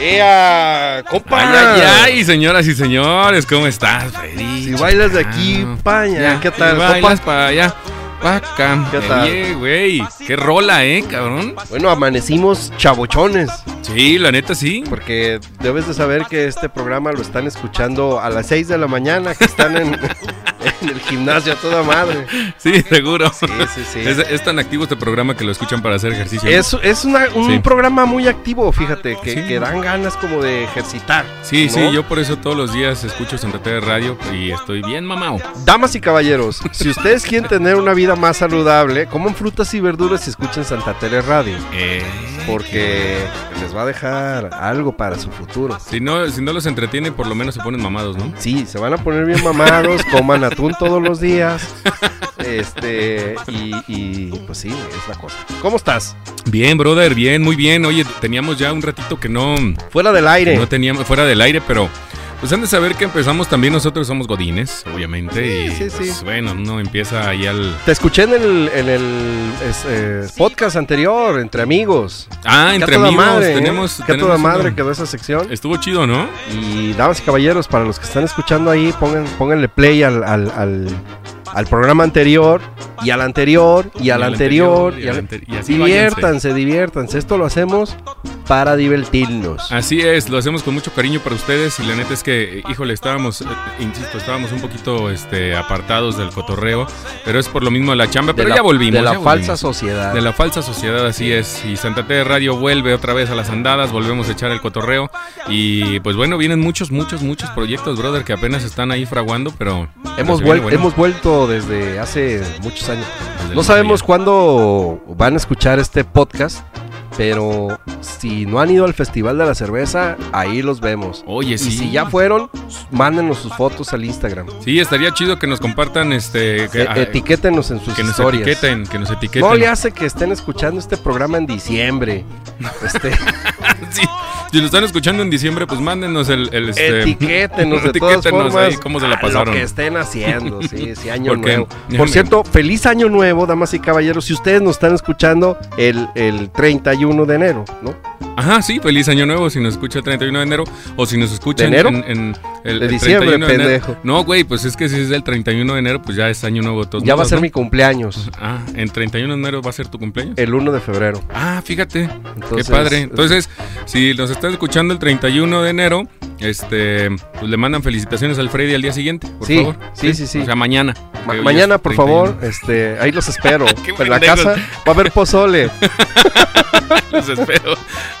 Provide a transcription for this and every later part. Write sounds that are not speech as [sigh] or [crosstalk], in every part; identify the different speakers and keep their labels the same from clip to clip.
Speaker 1: Ea, compa.
Speaker 2: Ay, ay, ay, señoras y señores, ¿cómo estás, Freddy?
Speaker 1: Si bailas de aquí,
Speaker 2: Ah,
Speaker 1: paña,
Speaker 2: ya,
Speaker 1: ¿qué tal,
Speaker 2: si bailas
Speaker 1: compa?
Speaker 2: para allá, pa' acá.
Speaker 1: ¿Qué tal?
Speaker 2: Oye, güey, qué rola, ¿eh, cabrón?
Speaker 1: Bueno, amanecimos chabochones,
Speaker 2: Sí, la neta sí.
Speaker 1: porque debes de saber que este programa lo están escuchando a las 6 de la mañana, que están [laughs] en, en el gimnasio a toda madre.
Speaker 2: Sí, seguro.
Speaker 1: sí, sí.
Speaker 2: Es, es tan activo este programa que lo escuchan para hacer ejercicio.
Speaker 1: Es, es una- un
Speaker 2: Sí.
Speaker 1: programa muy activo, fíjate, que,
Speaker 2: Sí.
Speaker 1: que dan ganas como de ejercitar.
Speaker 2: Sí,
Speaker 1: ¿no?
Speaker 2: sí, yo por eso todos los días escucho Santa Tere Radio y estoy bien mamao.
Speaker 1: Damas y caballeros, si ustedes quieren tener una vida más saludable, coman frutas y verduras y escuchen Santa Tele Radio.
Speaker 2: Eh,
Speaker 1: Porque les va a dejar algo para su futuro.
Speaker 2: si no, si no los entretiene, por lo menos se ponen mamados, ¿no?
Speaker 1: Sí, se van a poner bien mamados, [laughs] coman atún todos los días. Este, y, y, pues sí, es la cosa. ¿Cómo estás?
Speaker 2: Bien, brother, bien, muy bien. Oye, teníamos ya un ratito que no,
Speaker 1: Fuera del
Speaker 2: que
Speaker 1: aire.
Speaker 2: no teníamos fuera del aire, pero pues han de saber que empezamos también nosotros somos godines, obviamente.
Speaker 1: Sí,
Speaker 2: y,
Speaker 1: sí,
Speaker 2: pues,
Speaker 1: sí.
Speaker 2: Bueno, uno empieza ahí al
Speaker 1: Te escuché en el, en el es- eh, podcast anterior, entre amigos.
Speaker 2: ah
Speaker 1: Qué a
Speaker 2: entre
Speaker 1: toda
Speaker 2: amigos
Speaker 1: madre, ¿eh?
Speaker 2: tenemos,
Speaker 1: Qué a
Speaker 2: tenemos
Speaker 1: toda madre
Speaker 2: una-
Speaker 1: quedó esa sección.
Speaker 2: estuvo chido, ¿no?
Speaker 1: Y damas y caballeros, para los que están escuchando ahí, pongan, pónganle play al, al, al- al programa anterior y al anterior y al anterior. y al-
Speaker 2: anterior, y así váyanse.
Speaker 1: Diviértanse, diviértanse. Esto lo hacemos para divertirnos.
Speaker 2: Así es, lo hacemos con mucho cariño para ustedes y la neta es que, eh, híjole, estábamos, eh, insisto, estábamos un poquito este, apartados del cotorreo, pero es por lo mismo de la chamba,
Speaker 1: De
Speaker 2: pero
Speaker 1: la-
Speaker 2: ya volvimos.
Speaker 1: De la
Speaker 2: ya volvimos.
Speaker 1: falsa sociedad.
Speaker 2: De la falsa sociedad, así es. Y Santa Tere Radio vuelve otra vez a las andadas, volvemos a echar el cotorreo. Y pues bueno, vienen muchos, muchos, muchos proyectos, brother, que apenas están ahí fraguando, pero. pero
Speaker 1: Hemos,
Speaker 2: se
Speaker 1: vuel-
Speaker 2: viene bueno.
Speaker 1: hemos vuelto desde hace muchos años.
Speaker 2: Desde
Speaker 1: No
Speaker 2: el
Speaker 1: sabemos
Speaker 2: otro
Speaker 1: cuándo van a escuchar este podcast, pero si no han ido al Festival de la Cerveza, ahí los vemos.
Speaker 2: día. Oye, sí.
Speaker 1: Y si ya fueron, mándenos sus fotos al Instagram.
Speaker 2: Sí, estaría chido que nos compartan este. Que,
Speaker 1: E-
Speaker 2: ah,
Speaker 1: etiquétenos en sus
Speaker 2: que nos
Speaker 1: historias.
Speaker 2: etiqueten, que nos etiqueten.
Speaker 1: No le hace que estén escuchando este programa en diciembre. Este,
Speaker 2: [laughs] Sí, Si lo están escuchando en diciembre, pues mándenos el. el, este,
Speaker 1: etiquétenos de todas
Speaker 2: etiquétenos
Speaker 1: formas.
Speaker 2: ahí cómo se la
Speaker 1: a
Speaker 2: pasaron.
Speaker 1: Lo que estén haciendo, sí,
Speaker 2: [laughs]
Speaker 1: sí, año
Speaker 2: Porque-
Speaker 1: nuevo. Por cierto, feliz año nuevo, damas y caballeros. Si ustedes nos están escuchando el, el 31 de enero, ¿no?
Speaker 2: Ajá, sí, feliz año nuevo si nos escucha el 31 de enero o si nos escucha
Speaker 1: ¿De enero?
Speaker 2: en, en el,
Speaker 1: De
Speaker 2: el
Speaker 1: diciembre,
Speaker 2: 31 de enero.
Speaker 1: pendejo.
Speaker 2: No, güey, pues es que si es el 31 de enero, pues ya es año nuevo. de todos
Speaker 1: Ya va a
Speaker 2: modos,
Speaker 1: ser
Speaker 2: ¿no?
Speaker 1: mi cumpleaños,
Speaker 2: Ah, en 31 de enero va a ser tu cumpleaños.
Speaker 1: el 1 de febrero.
Speaker 2: Ah, fíjate,
Speaker 1: Entonces, eh,
Speaker 2: qué padre. Entonces, si nos estás escuchando el 31 de enero, este, pues le mandan felicitaciones al Freddy al día siguiente, por
Speaker 1: Sí,
Speaker 2: favor.
Speaker 1: sí, sí, sí.
Speaker 2: O sea, mañana.
Speaker 1: ma-
Speaker 2: que hoy
Speaker 1: mañana,
Speaker 2: es
Speaker 1: por
Speaker 2: 31.
Speaker 1: favor, este, ahí los
Speaker 2: [laughs]
Speaker 1: espero. en la
Speaker 2: pendejos.
Speaker 1: casa va a haber pozole. [laughs]
Speaker 2: Los espero.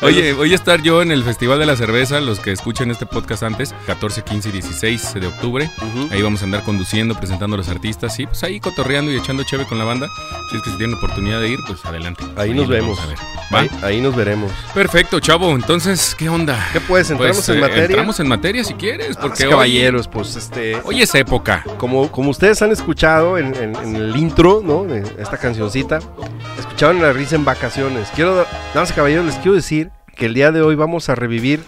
Speaker 2: Oye, voy a estar yo en el Festival de la Cerveza, los que escuchen este podcast antes, 14, 15 y 16 de octubre.
Speaker 1: Ujú.
Speaker 2: [laughs] Ahí vamos a andar conduciendo, presentando a los artistas y pues ahí cotorreando y echando cheve con la banda. Si es que si tienen oportunidad de ir, pues adelante.
Speaker 1: Ahí nos vemos.
Speaker 2: vamos a ver. ¿Va?
Speaker 1: Ahí, ahí nos veremos.
Speaker 2: Perfecto, chavo. Entonces, ¿qué onda?
Speaker 1: ¿Qué pues? ¿Entramos
Speaker 2: Pues,
Speaker 1: en
Speaker 2: eh,
Speaker 1: materia?
Speaker 2: Entramos en materia si quieres,
Speaker 1: Damas y
Speaker 2: porque hoy-
Speaker 1: caballeros, pues este,
Speaker 2: Hoy, es época.
Speaker 1: como, como ustedes han escuchado en, en- en el intro, ¿no? De esta cancioncita, escucharon la risa en vacaciones. Quiero, damas y caballeros, les quiero decir que el día de hoy vamos a revivir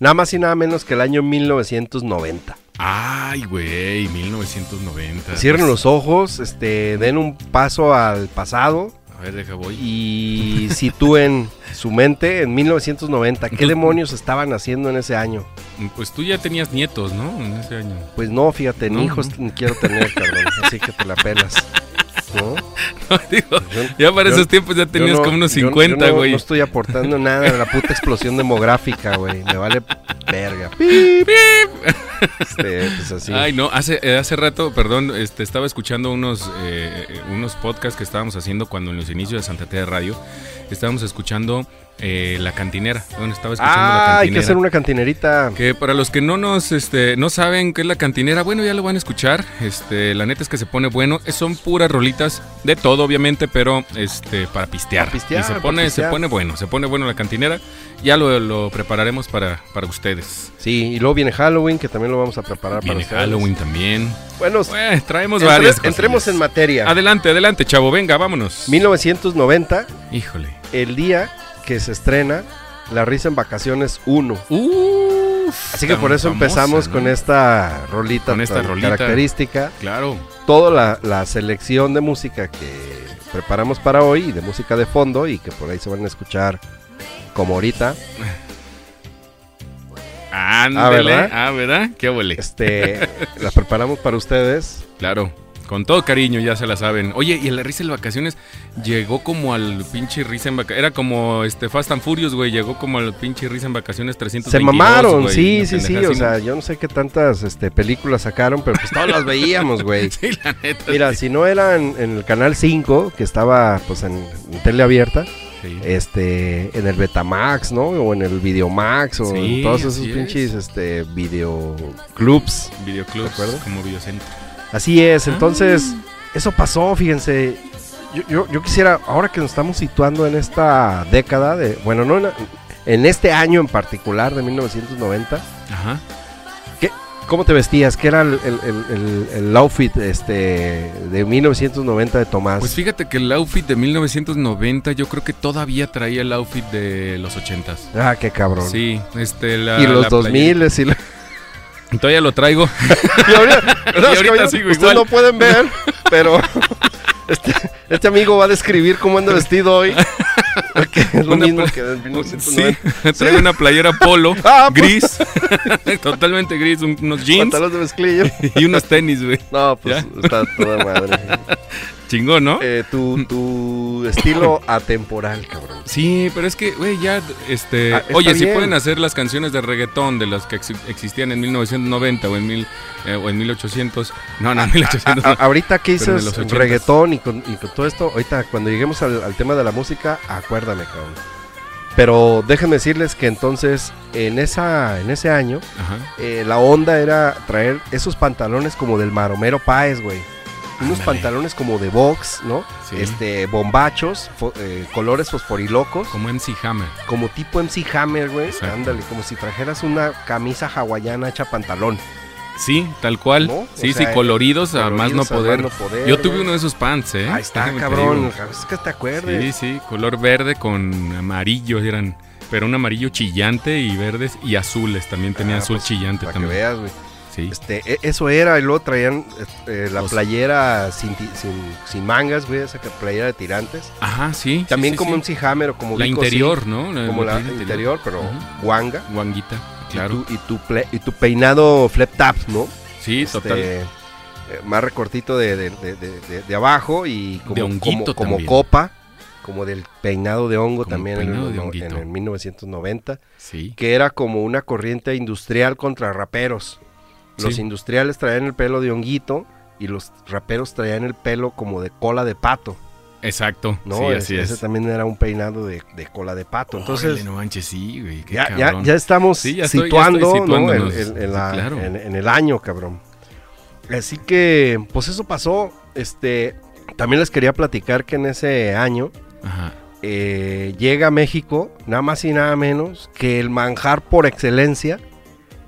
Speaker 1: nada más y nada menos que el año 1990.
Speaker 2: Ay, güey, 1990.
Speaker 1: Cierren los ojos, este, den un paso al pasado
Speaker 2: A ver, deja voy.
Speaker 1: y sitúen [laughs] su mente en 1990. ¿Qué demonios estaban haciendo en ese año?
Speaker 2: Pues tú ya tenías nietos, ¿no? En ese año. [laughs]
Speaker 1: Pues no, fíjate, ni
Speaker 2: No,
Speaker 1: hijos ni quiero tener, cabrón. Así que te la pelas. ¿No?
Speaker 2: Digo,
Speaker 1: Yo-
Speaker 2: ya para
Speaker 1: yo-
Speaker 2: esos tiempos ya
Speaker 1: yo
Speaker 2: tenías
Speaker 1: no-
Speaker 2: como unos
Speaker 1: yo- yo
Speaker 2: 50,
Speaker 1: no-
Speaker 2: güey.
Speaker 1: no, estoy aportando nada a la puta explosión demográfica, güey. Me vale
Speaker 2: [laughs]
Speaker 1: verga. Este, pues así.
Speaker 2: Ay, no, hace, eh, hace rato, perdón, este, estaba escuchando unos, eh, eh, unos podcasts que estábamos haciendo cuando en los inicios de Santa Tea Radio, estábamos escuchando eh, La Cantinera. Bueno, estaba escuchando
Speaker 1: ah,
Speaker 2: La
Speaker 1: hay que
Speaker 2: Cantinera.
Speaker 1: hacer una cantinerita.
Speaker 2: Que para los que no nos este no saben qué es la cantinera, bueno, ya lo van a escuchar. Este, la neta es que se pone bueno, Eh, son puras rolitas de todo obviamente, pero este para pistear.
Speaker 1: Para pistear,
Speaker 2: y se
Speaker 1: para
Speaker 2: pone
Speaker 1: pistear.
Speaker 2: se pone bueno, se pone bueno la cantinera. Ya lo, lo prepararemos para para ustedes.
Speaker 1: Sí, y luego viene Halloween, que también lo vamos a preparar
Speaker 2: Viene
Speaker 1: para ustedes.
Speaker 2: Halloween también.
Speaker 1: Bueno,
Speaker 2: Eh, traemos
Speaker 1: entre-
Speaker 2: varias.
Speaker 1: entremos en
Speaker 2: cosillas.
Speaker 1: materia.
Speaker 2: Adelante, adelante, chavo, venga, vámonos.
Speaker 1: 1990,
Speaker 2: Híjole.
Speaker 1: el día que se estrena La Risa en Vacaciones 1.
Speaker 2: Uf,
Speaker 1: Así que
Speaker 2: tan
Speaker 1: por eso
Speaker 2: famosa,
Speaker 1: empezamos
Speaker 2: ¿no?
Speaker 1: con este. esta rolita
Speaker 2: Con esta
Speaker 1: tan
Speaker 2: rolita.
Speaker 1: característica.
Speaker 2: Claro.
Speaker 1: Toda la, la selección de música que preparamos para hoy y de música de fondo y que por ahí se van a escuchar como ahorita.
Speaker 2: Ándele.
Speaker 1: ¿verdad?
Speaker 2: Ah, ¿verdad? ¿Qué huele? [laughs]
Speaker 1: Este, las preparamos para ustedes.
Speaker 2: Claro, con todo cariño, ya se la saben. Oye, y el risa en vacaciones llegó como al pinche risa en vacaciones. Era como este Fast and Furious, güey. Llegó como al pinche risa en vacaciones 300.
Speaker 1: Se mamaron, sí, sí, sí. O sea, yo no sé qué tantas este, películas sacaron, pero pues todas las
Speaker 2: [laughs]
Speaker 1: veíamos, güey. Eh,
Speaker 2: Sí, la neta.
Speaker 1: Mira, si no era en, en el canal 5, que estaba pues en, en tele abierta,
Speaker 2: sí.
Speaker 1: este, en el Betamax, ¿no? O en el Videomax, o
Speaker 2: Sí,
Speaker 1: en todos esos
Speaker 2: así es.
Speaker 1: pinches este, videoclubs.
Speaker 2: Videoclubs,
Speaker 1: ¿de acuerdo?
Speaker 2: como videocentro.
Speaker 1: Así es, entonces eso pasó, fíjense. Yo, yo- yo quisiera, ahora que nos estamos situando en esta década, de, bueno, no en, en este año en particular de 1990,
Speaker 2: Ajá.
Speaker 1: ¿cómo te vestías? ¿Qué era el, el- el- el- el outfit este, de 1990 de Tomás?
Speaker 2: Pues fíjate que el outfit de 1990 yo creo que todavía traía el outfit de los 80s.
Speaker 1: ah, qué cabrón.
Speaker 2: Sí, este la
Speaker 1: y los
Speaker 2: la
Speaker 1: 2000 y,
Speaker 2: [laughs]
Speaker 1: la-
Speaker 2: playera. Todavía lo traigo.
Speaker 1: y [laughs] ahorita, ¿verdad,
Speaker 2: ahorita
Speaker 1: cabrón?
Speaker 2: sigo
Speaker 1: Ustedes
Speaker 2: igual.
Speaker 1: no pueden
Speaker 2: [laughs]
Speaker 1: ver, pero [laughs] este, este amigo va a describir cómo anda vestido
Speaker 2: [laughs]
Speaker 1: hoy. porque es lo
Speaker 2: Una
Speaker 1: mismo
Speaker 2: pla-
Speaker 1: que en
Speaker 2: Sí,
Speaker 1: 1990.
Speaker 2: [laughs] traigo una playera polo
Speaker 1: [laughs] Ah, pues,
Speaker 2: gris. [laughs] Totalmente gris, un- unos jeans
Speaker 1: Pantalones de mezclilla.
Speaker 2: y unos tenis, güey.
Speaker 1: No, pues está toda
Speaker 2: [laughs]
Speaker 1: madre.
Speaker 2: Chingón, ¿no?
Speaker 1: Eh, tu, tu estilo atemporal, cabrón.
Speaker 2: Sí, pero es que, güey, ya, este...
Speaker 1: Ah, está
Speaker 2: oye, si
Speaker 1: bien.
Speaker 2: pueden hacer las canciones de reggaetón de las que ex- existían en 1990 o en, mil, eh, o en 1800... No,
Speaker 1: Ah,
Speaker 2: no, 1800
Speaker 1: A- ahorita que
Speaker 2: Pero de
Speaker 1: dices
Speaker 2: los ochentas.
Speaker 1: reggaetón y con, y con todo esto, ahorita cuando lleguemos al, al tema de la música, acuérdame, cabrón. Pero déjenme decirles que entonces, en, esa, en ese año,
Speaker 2: no. Ajá.
Speaker 1: eh, la onda era traer esos pantalones como del Maromero Páez, güey. Unos
Speaker 2: Ándale.
Speaker 1: pantalones como de box, ¿no?
Speaker 2: Sí.
Speaker 1: Este, bombachos, fo- eh, colores fosforilocos.
Speaker 2: Como MC Hammer.
Speaker 1: como tipo MC Hammer, güey.
Speaker 2: Exacto.
Speaker 1: Ándale, como si trajeras una camisa hawaiana hecha pantalón.
Speaker 2: Sí, tal cual.
Speaker 1: ¿No? O
Speaker 2: Sí,
Speaker 1: sea,
Speaker 2: sí, coloridos, a más no
Speaker 1: Coloridos, a
Speaker 2: poder.
Speaker 1: más no poder,
Speaker 2: Yo tuve
Speaker 1: güey.
Speaker 2: uno de esos pants, ¿eh?
Speaker 1: Ahí está,
Speaker 2: Déjame te
Speaker 1: cabrón.
Speaker 2: digo.
Speaker 1: A veces que te
Speaker 2: Sí,
Speaker 1: acuerdes.
Speaker 2: sí, color verde con amarillo eran... Pero un amarillo chillante y verdes y azules. También tenía
Speaker 1: Ah,
Speaker 2: azul
Speaker 1: pues,
Speaker 2: chillante
Speaker 1: Para que
Speaker 2: también.
Speaker 1: veas, güey.
Speaker 2: Sí.
Speaker 1: Este, e- eso era, y luego traían eh, eh, la
Speaker 2: Los-
Speaker 1: playera sin, ti- sin, sin mangas, güey, esa que- playera de tirantes.
Speaker 2: Ajá, sí. sí,
Speaker 1: También
Speaker 2: sí,
Speaker 1: como
Speaker 2: sí.
Speaker 1: MC Hammer o como
Speaker 2: La
Speaker 1: Vico, sí,
Speaker 2: interior, ¿no?
Speaker 1: como la
Speaker 2: playera
Speaker 1: interior, pero
Speaker 2: Ujú.
Speaker 1: guanga.
Speaker 2: Guanguita,
Speaker 1: Y
Speaker 2: claro.
Speaker 1: tu, y tu ple- y tu peinado flip tap, ¿no?
Speaker 2: Sí,
Speaker 1: este,
Speaker 2: total.
Speaker 1: eh, más recortito de, de- de- de- de- de abajo y como,
Speaker 2: De
Speaker 1: como,
Speaker 2: honguito
Speaker 1: como
Speaker 2: también.
Speaker 1: copa, como del peinado de hongo
Speaker 2: Como
Speaker 1: también en,
Speaker 2: peinado
Speaker 1: el-
Speaker 2: de
Speaker 1: en
Speaker 2: honguito.
Speaker 1: el 1990,
Speaker 2: Sí.
Speaker 1: que era como una corriente industrial contra raperos. Los
Speaker 2: Sí.
Speaker 1: industriales traían el pelo de honguito y los raperos traían el pelo como de cola de pato,
Speaker 2: Exacto.
Speaker 1: ¿no?
Speaker 2: sí,
Speaker 1: Ese-
Speaker 2: así
Speaker 1: ese,
Speaker 2: es.
Speaker 1: también era un peinado de, de cola de pato. Entonces,
Speaker 2: Órale, no manches, sí, güey. qué
Speaker 1: ya, ya,
Speaker 2: cabrón.
Speaker 1: ya estamos
Speaker 2: Sí, ya estoy- ya
Speaker 1: situando
Speaker 2: estoy
Speaker 1: ¿no?
Speaker 2: situándonos.
Speaker 1: en, en- en
Speaker 2: Sí,
Speaker 1: la-
Speaker 2: claro.
Speaker 1: en- en el año, cabrón. Así que, pues eso pasó. Este, también les quería platicar que en ese año
Speaker 2: Ajá.
Speaker 1: eh, llega a México, nada más y nada menos, que el manjar por excelencia,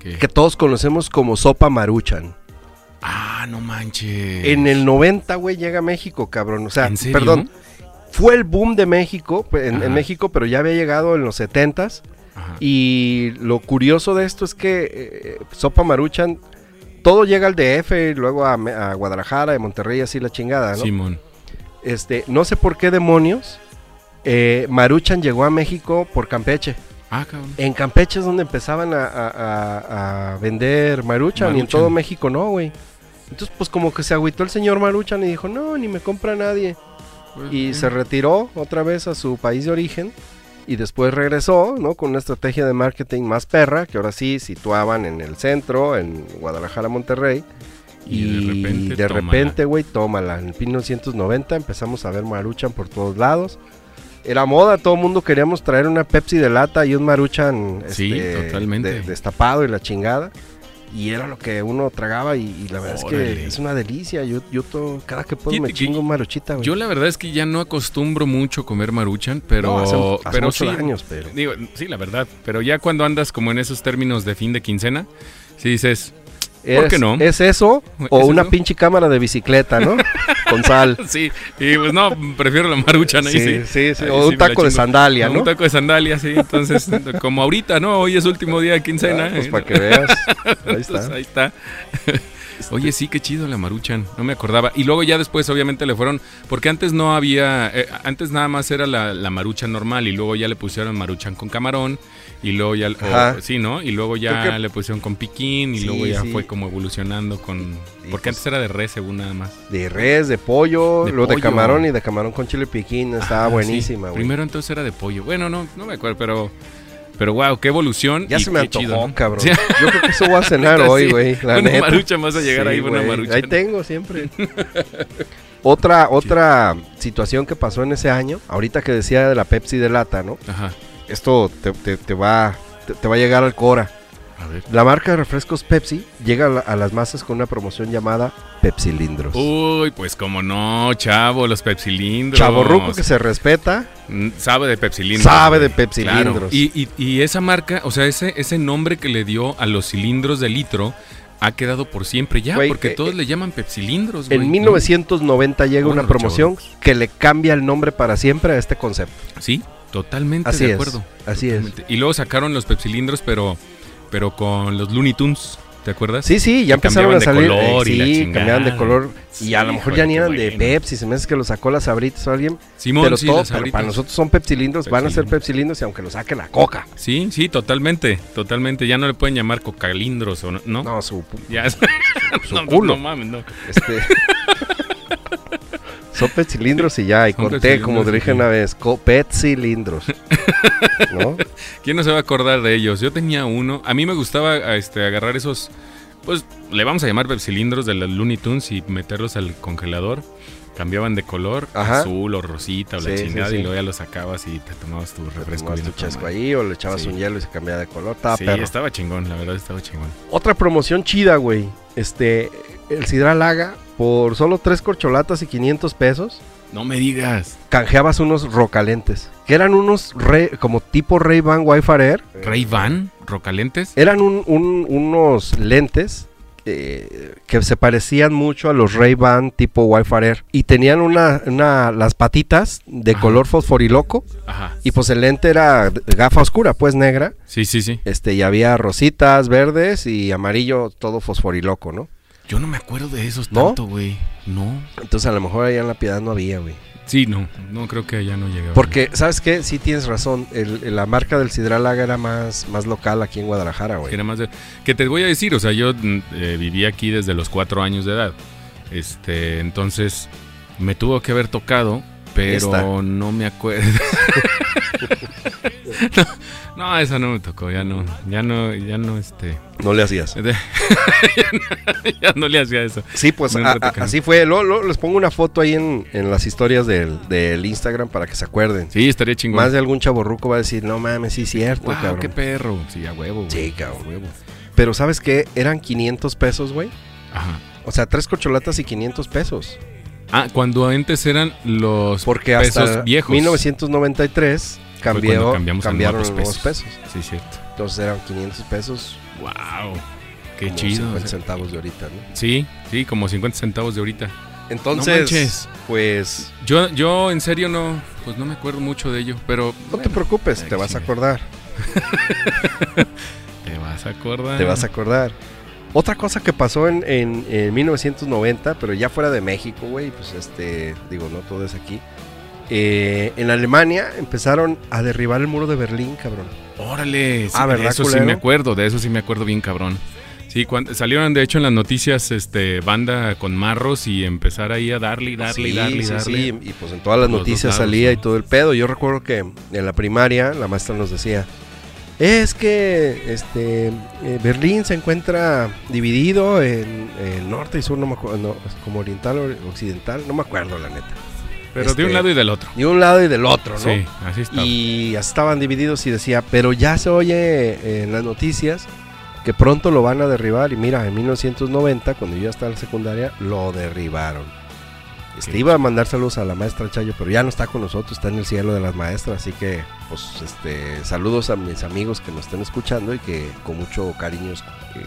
Speaker 2: ¿qué?
Speaker 1: que todos conocemos como sopa maruchan.
Speaker 2: Ah, no manches.
Speaker 1: En el 90, güey, llega a México, cabrón. O sea,
Speaker 2: ¿En serio?
Speaker 1: perdón, fue el boom de México, pues, en, en
Speaker 2: Ajá.
Speaker 1: México, pero ya había llegado en los 70s.
Speaker 2: Ajá.
Speaker 1: Y lo curioso de esto es que eh, Sopa Maruchan, todo llega al DF y luego a, Me- a Guadalajara, de Monterrey, así la chingada, ¿no?
Speaker 2: Simón.
Speaker 1: Este, no sé por qué demonios, eh, Maruchan llegó a México por Campeche.
Speaker 2: Ah, cabrón.
Speaker 1: En Campeche es donde empezaban a, a- a- a vender Maruchan, y en
Speaker 2: Maruchan.
Speaker 1: todo México no, güey. Entonces, pues como que se agüitó el señor Maruchan y dijo, no, ni me compra nadie. Y se retiró otra vez a su país de origen y después regresó, ¿no? Con una estrategia de marketing más perra, que ahora sí situaban en el centro, en Guadalajara, Monterrey.
Speaker 2: Y de
Speaker 1: Y
Speaker 2: repente,
Speaker 1: de
Speaker 2: tómala.
Speaker 1: repente, güey, tómala. En 1990 empezamos a ver Maruchan por todos lados. Era moda, todo el mundo queríamos traer una Pepsi de lata y un Maruchan este,
Speaker 2: Sí, totalmente.
Speaker 1: de- destapado y la chingada. Y era lo que uno tragaba y, y la verdad es que
Speaker 2: Órale.
Speaker 1: es una delicia. Yo, yo todo- cada que puedo
Speaker 2: Fíjate
Speaker 1: me
Speaker 2: que
Speaker 1: chingo un maruchita, güey.
Speaker 2: Yo la verdad es que ya no acostumbro mucho comer maruchan, pero,
Speaker 1: No, hace- hace
Speaker 2: pero
Speaker 1: muchos
Speaker 2: sí,
Speaker 1: años, pero-
Speaker 2: Digo, sí, la verdad. Pero ya cuando andas como en esos términos de fin de quincena, sí dices, [laughs] ¿Por qué
Speaker 1: Es-
Speaker 2: no?
Speaker 1: ¿Es eso o
Speaker 2: ¿Es
Speaker 1: una
Speaker 2: eso?
Speaker 1: pinche cámara de bicicleta,
Speaker 2: [laughs]
Speaker 1: no? Con sal.
Speaker 2: sí, y pues no, prefiero la maruchan ahí sí.
Speaker 1: sí, sí,
Speaker 2: Ahí
Speaker 1: O
Speaker 2: sí
Speaker 1: un
Speaker 2: me la
Speaker 1: taco de
Speaker 2: chingo.
Speaker 1: sandalia,
Speaker 2: Un
Speaker 1: ¿no?
Speaker 2: taco de sandalia, sí. Entonces, [laughs] como ahorita, ¿no? Hoy es último día de quincena.
Speaker 1: Ah, pues
Speaker 2: [laughs] eh,
Speaker 1: para que veas. Ahí
Speaker 2: entonces,
Speaker 1: está.
Speaker 2: ahí está. [laughs] Oye, sí, qué chido la Maruchan, no me acordaba. Y luego ya después obviamente le fueron, porque antes no había, eh, antes nada más era la, la Maruchan normal y luego ya le pusieron Maruchan con camarón y luego ya, o-
Speaker 1: Ajá.
Speaker 2: sí, ¿no? Y luego
Speaker 1: Creo
Speaker 2: ya
Speaker 1: que-
Speaker 2: le pusieron con piquín y
Speaker 1: Sí,
Speaker 2: luego ya
Speaker 1: sí.
Speaker 2: fue como evolucionando con,
Speaker 1: Y
Speaker 2: porque
Speaker 1: pues-
Speaker 2: antes era de res según nada más.
Speaker 1: De res, de pollo,
Speaker 2: De
Speaker 1: luego de
Speaker 2: pollo.
Speaker 1: camarón y de camarón con chile piquín. Estaba
Speaker 2: Ah, sí.
Speaker 1: buenísima, güey.
Speaker 2: Primero entonces era de pollo. Bueno, no, no me acuerdo, pero, pero wow, qué evolución.
Speaker 1: Ya
Speaker 2: y
Speaker 1: se me
Speaker 2: qué
Speaker 1: antojó,
Speaker 2: chido, ¿no?
Speaker 1: cabrón.
Speaker 2: [laughs] Sí.
Speaker 1: Yo creo que eso voy a cenar
Speaker 2: Neta,
Speaker 1: hoy,
Speaker 2: [laughs] sí.
Speaker 1: güey. la
Speaker 2: Una
Speaker 1: neta.
Speaker 2: marucha más a llegar ahí, una
Speaker 1: güey.
Speaker 2: marucha.
Speaker 1: Ahí tengo siempre.
Speaker 2: [laughs]
Speaker 1: otra otra situación que pasó en ese año, ahorita que decía de la Pepsi de lata, ¿no?
Speaker 2: Ajá.
Speaker 1: Esto te, te- te va, te, te va a llegar al Cora.
Speaker 2: A ver.
Speaker 1: La marca de refrescos Pepsi llega a, la- a las masas con una promoción llamada Pepsilindros.
Speaker 2: Uy, pues como no, chavo, los pepsilindros.
Speaker 1: Chaborruco que se respeta,
Speaker 2: Mm, Sabe de pepsilindros.
Speaker 1: sabe de
Speaker 2: Claro.
Speaker 1: Pepsilindros.
Speaker 2: Y, y- y esa marca, o sea, ese, ese nombre que le dio a los cilindros de litro ha quedado por siempre ya,
Speaker 1: Güey,
Speaker 2: porque
Speaker 1: eh,
Speaker 2: todos
Speaker 1: eh,
Speaker 2: le llaman pepsilindros. güey,
Speaker 1: En
Speaker 2: ¿no?
Speaker 1: 1990 llega
Speaker 2: Bueno,
Speaker 1: una promoción que le cambia el nombre para siempre a este concepto.
Speaker 2: Sí, totalmente
Speaker 1: Así
Speaker 2: de
Speaker 1: es,
Speaker 2: acuerdo.
Speaker 1: así es.
Speaker 2: Totalmente. Y luego sacaron los pepsilindros, pero, pero con los Looney Tunes, ¿te acuerdas?
Speaker 1: Sí, sí, ya
Speaker 2: Que
Speaker 1: empezaron a
Speaker 2: cambiaban de
Speaker 1: salir. eh,
Speaker 2: color y la
Speaker 1: sí,
Speaker 2: chingada.
Speaker 1: cambiaban de color. Y a
Speaker 2: Sí,
Speaker 1: lo mejor
Speaker 2: híjole,
Speaker 1: ya ni
Speaker 2: qué
Speaker 1: eran de
Speaker 2: bueno.
Speaker 1: Pepsi, se me hace que lo sacó las abritas o alguien.
Speaker 2: Simón,
Speaker 1: pero
Speaker 2: sí,
Speaker 1: todo,
Speaker 2: las
Speaker 1: pero
Speaker 2: Sabritas.
Speaker 1: para nosotros son pepsilindros, van a ser
Speaker 2: Pepsilindros.
Speaker 1: pepsilindros y aunque lo saque la coca.
Speaker 2: Sí, sí, totalmente, totalmente. Ya no le pueden llamar cocalindros, ¿o no? ¿no?
Speaker 1: No, su, pu-
Speaker 2: Ya [laughs] es-
Speaker 1: su
Speaker 2: no,
Speaker 1: culo.
Speaker 2: no mames, no.
Speaker 1: este. [laughs] Son pepsilindros y ya, y
Speaker 2: Son
Speaker 1: conté como
Speaker 2: pepsilindros,
Speaker 1: te dije
Speaker 2: sí.
Speaker 1: una vez, co-
Speaker 2: [laughs]
Speaker 1: pepsilindros. ¿No?
Speaker 2: ¿Quién no se va a acordar de ellos? Yo tenía uno. A mí me gustaba a este, agarrar esos. Pues le vamos a llamar pepsilindros de las Looney Tunes y meterlos al congelador. Cambiaban de color,
Speaker 1: Ajá.
Speaker 2: azul o rosita o la
Speaker 1: Sí, sí,
Speaker 2: chingada,
Speaker 1: sí.
Speaker 2: y luego ya lo sacabas y te tomabas tu
Speaker 1: Te
Speaker 2: refresco.
Speaker 1: tomabas
Speaker 2: bien
Speaker 1: tu chasco
Speaker 2: tomado.
Speaker 1: ahí o le echabas
Speaker 2: Sí.
Speaker 1: un hielo y se cambiaba de color. Estaba
Speaker 2: sí,
Speaker 1: perro.
Speaker 2: estaba chingón, la verdad estaba chingón.
Speaker 1: Otra promoción chida, güey. Este, el Sidra Laga, por solo tres corcholatas y 500 pesos,
Speaker 2: No me digas.
Speaker 1: canjeabas unos rocalentes. Que eran unos re- como tipo Ray Ban Wi-Fi Air.
Speaker 2: ¿Ray Van? ¿Rocalentes?
Speaker 1: Eran un- un- unos lentes eh, que se parecían mucho a los Ray Ban tipo Wi-Fi Air. Y tenían una, una- las patitas de
Speaker 2: Ajá.
Speaker 1: color fosforiloco.
Speaker 2: Ajá.
Speaker 1: Y pues el lente era de- gafa oscura, pues negra.
Speaker 2: Sí, sí, sí.
Speaker 1: Este, y había rositas, verdes y amarillo, todo fosforiloco, ¿no?
Speaker 2: Yo no me acuerdo de esos
Speaker 1: ¿No?
Speaker 2: tanto, güey. No.
Speaker 1: Entonces a lo mejor allá en la piedad no había, güey.
Speaker 2: Sí, no. No creo que allá no llegaba.
Speaker 1: Porque, ¿sabes qué? Sí tienes razón. el- el- la marca del Sidralaga era más, más local aquí en Guadalajara,
Speaker 2: Que
Speaker 1: güey.
Speaker 2: nada más de- que te voy a decir, o sea, yo mm, eh, viví aquí desde los cuatro años de edad. Este, entonces me tuvo que haber tocado, pero
Speaker 1: Esta.
Speaker 2: no me acuerdo. [laughs] no, no, esa no me tocó, ya no, ya no, ya no, este,
Speaker 1: No le hacías.
Speaker 2: [laughs] ya no le hacía eso.
Speaker 1: Sí, pues
Speaker 2: No,
Speaker 1: a-
Speaker 2: no te
Speaker 1: a-
Speaker 2: creo.
Speaker 1: así fue. Luego, luego les pongo una foto ahí en, en las historias del, del Instagram para que se acuerden.
Speaker 2: Sí, estaría chingón.
Speaker 1: Más de algún chaborruco va a decir, no mames, sí, cierto,
Speaker 2: Guau,
Speaker 1: cabrón.
Speaker 2: qué perro. Sí, a huevo. güey.
Speaker 1: Sí, cabrón.
Speaker 2: A huevo.
Speaker 1: Pero, ¿sabes qué? Eran 500 pesos, güey.
Speaker 2: Ajá.
Speaker 1: O sea, tres cocholatas y 500 pesos.
Speaker 2: Ah, cuando antes eran los
Speaker 1: Porque
Speaker 2: pesos
Speaker 1: hasta
Speaker 2: viejos.
Speaker 1: 1993
Speaker 2: Fue cuando
Speaker 1: cambió,
Speaker 2: cambiamos a
Speaker 1: cambiaron los
Speaker 2: nuevos
Speaker 1: nuevos pesos.
Speaker 2: Sí, cierto.
Speaker 1: Entonces eran 500 pesos.
Speaker 2: Wow. Qué
Speaker 1: como
Speaker 2: chido.
Speaker 1: 50
Speaker 2: o sea.
Speaker 1: centavos de ahorita, ¿no?
Speaker 2: Sí, sí, como 50 centavos de ahorita. No
Speaker 1: Entonces,
Speaker 2: manches.
Speaker 1: pues
Speaker 2: Yo, yo en serio no, pues no me acuerdo mucho de ello, pero
Speaker 1: no te preocupes,
Speaker 2: ay,
Speaker 1: te vas a
Speaker 2: chinga.
Speaker 1: acordar,
Speaker 2: te vas a acordar.
Speaker 1: te vas a acordar. Otra cosa que pasó en, en- en 1990, pero ya fuera de México, güey, pues este, digo, no todo es aquí. Eh, en Alemania empezaron a derribar el muro de Berlín, cabrón.
Speaker 2: Órale, sí,
Speaker 1: Ah, ¿verdad,
Speaker 2: de eso sí
Speaker 1: culero?
Speaker 2: me acuerdo, de eso sí me acuerdo bien cabrón. Sí, cuando, salieron de hecho en las noticias este banda con marros y empezar ahí a darle y darle y
Speaker 1: Sí,
Speaker 2: darle y
Speaker 1: sí,
Speaker 2: darle.
Speaker 1: sí, y pues en todas las
Speaker 2: Por los
Speaker 1: noticias
Speaker 2: dos lados,
Speaker 1: salía
Speaker 2: ¿no?
Speaker 1: y todo el pedo. Yo recuerdo que en la primaria la maestra nos decía, es que este eh, Berlín se encuentra dividido en, en norte y sur, no me acuerdo, no, es como oriental o occidental, no me acuerdo la neta.
Speaker 2: Pero
Speaker 1: Este,
Speaker 2: de un lado y del otro.
Speaker 1: de un lado y del otro, ¿no?
Speaker 2: Sí, así está.
Speaker 1: Y estaban divididos y decía, pero ya se oye en las noticias que pronto lo van a derribar. Y mira, en 1990, cuando yo ya estaba en la secundaria, lo derribaron. Este,
Speaker 2: Qué
Speaker 1: iba a mandar saludos a la maestra Chayo, pero ya no está con nosotros, está en el cielo de las maestras. Así que, pues, este, saludos a mis amigos que nos estén escuchando y que con mucho cariño eh,
Speaker 2: Pues,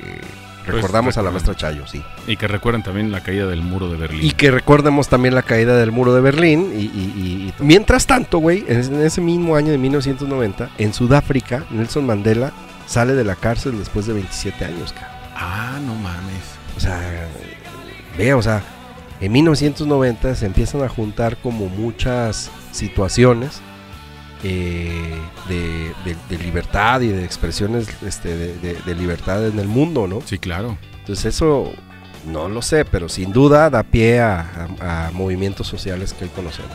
Speaker 1: recordamos a la
Speaker 2: recuerdan.
Speaker 1: maestra Chayo, sí.
Speaker 2: Y que recuerdan también la caída del muro de Berlín.
Speaker 1: Y que recordemos también la caída del muro de Berlín. Y, y- y- y todo. mientras tanto, güey, en es- en ese mismo año de 1990, en Sudáfrica, Nelson Mandela sale de la cárcel después de 27 años, cabrón.
Speaker 2: Ah, no mames.
Speaker 1: O sea, vea, o sea, en 1990 se empiezan a juntar como muchas situaciones eh, de, de- de libertad y de expresiones este, de, de- de libertad en el mundo, ¿no?
Speaker 2: Sí, claro.
Speaker 1: Entonces eso no lo sé, pero sin duda da pie a, a- a movimientos sociales que hoy conocemos.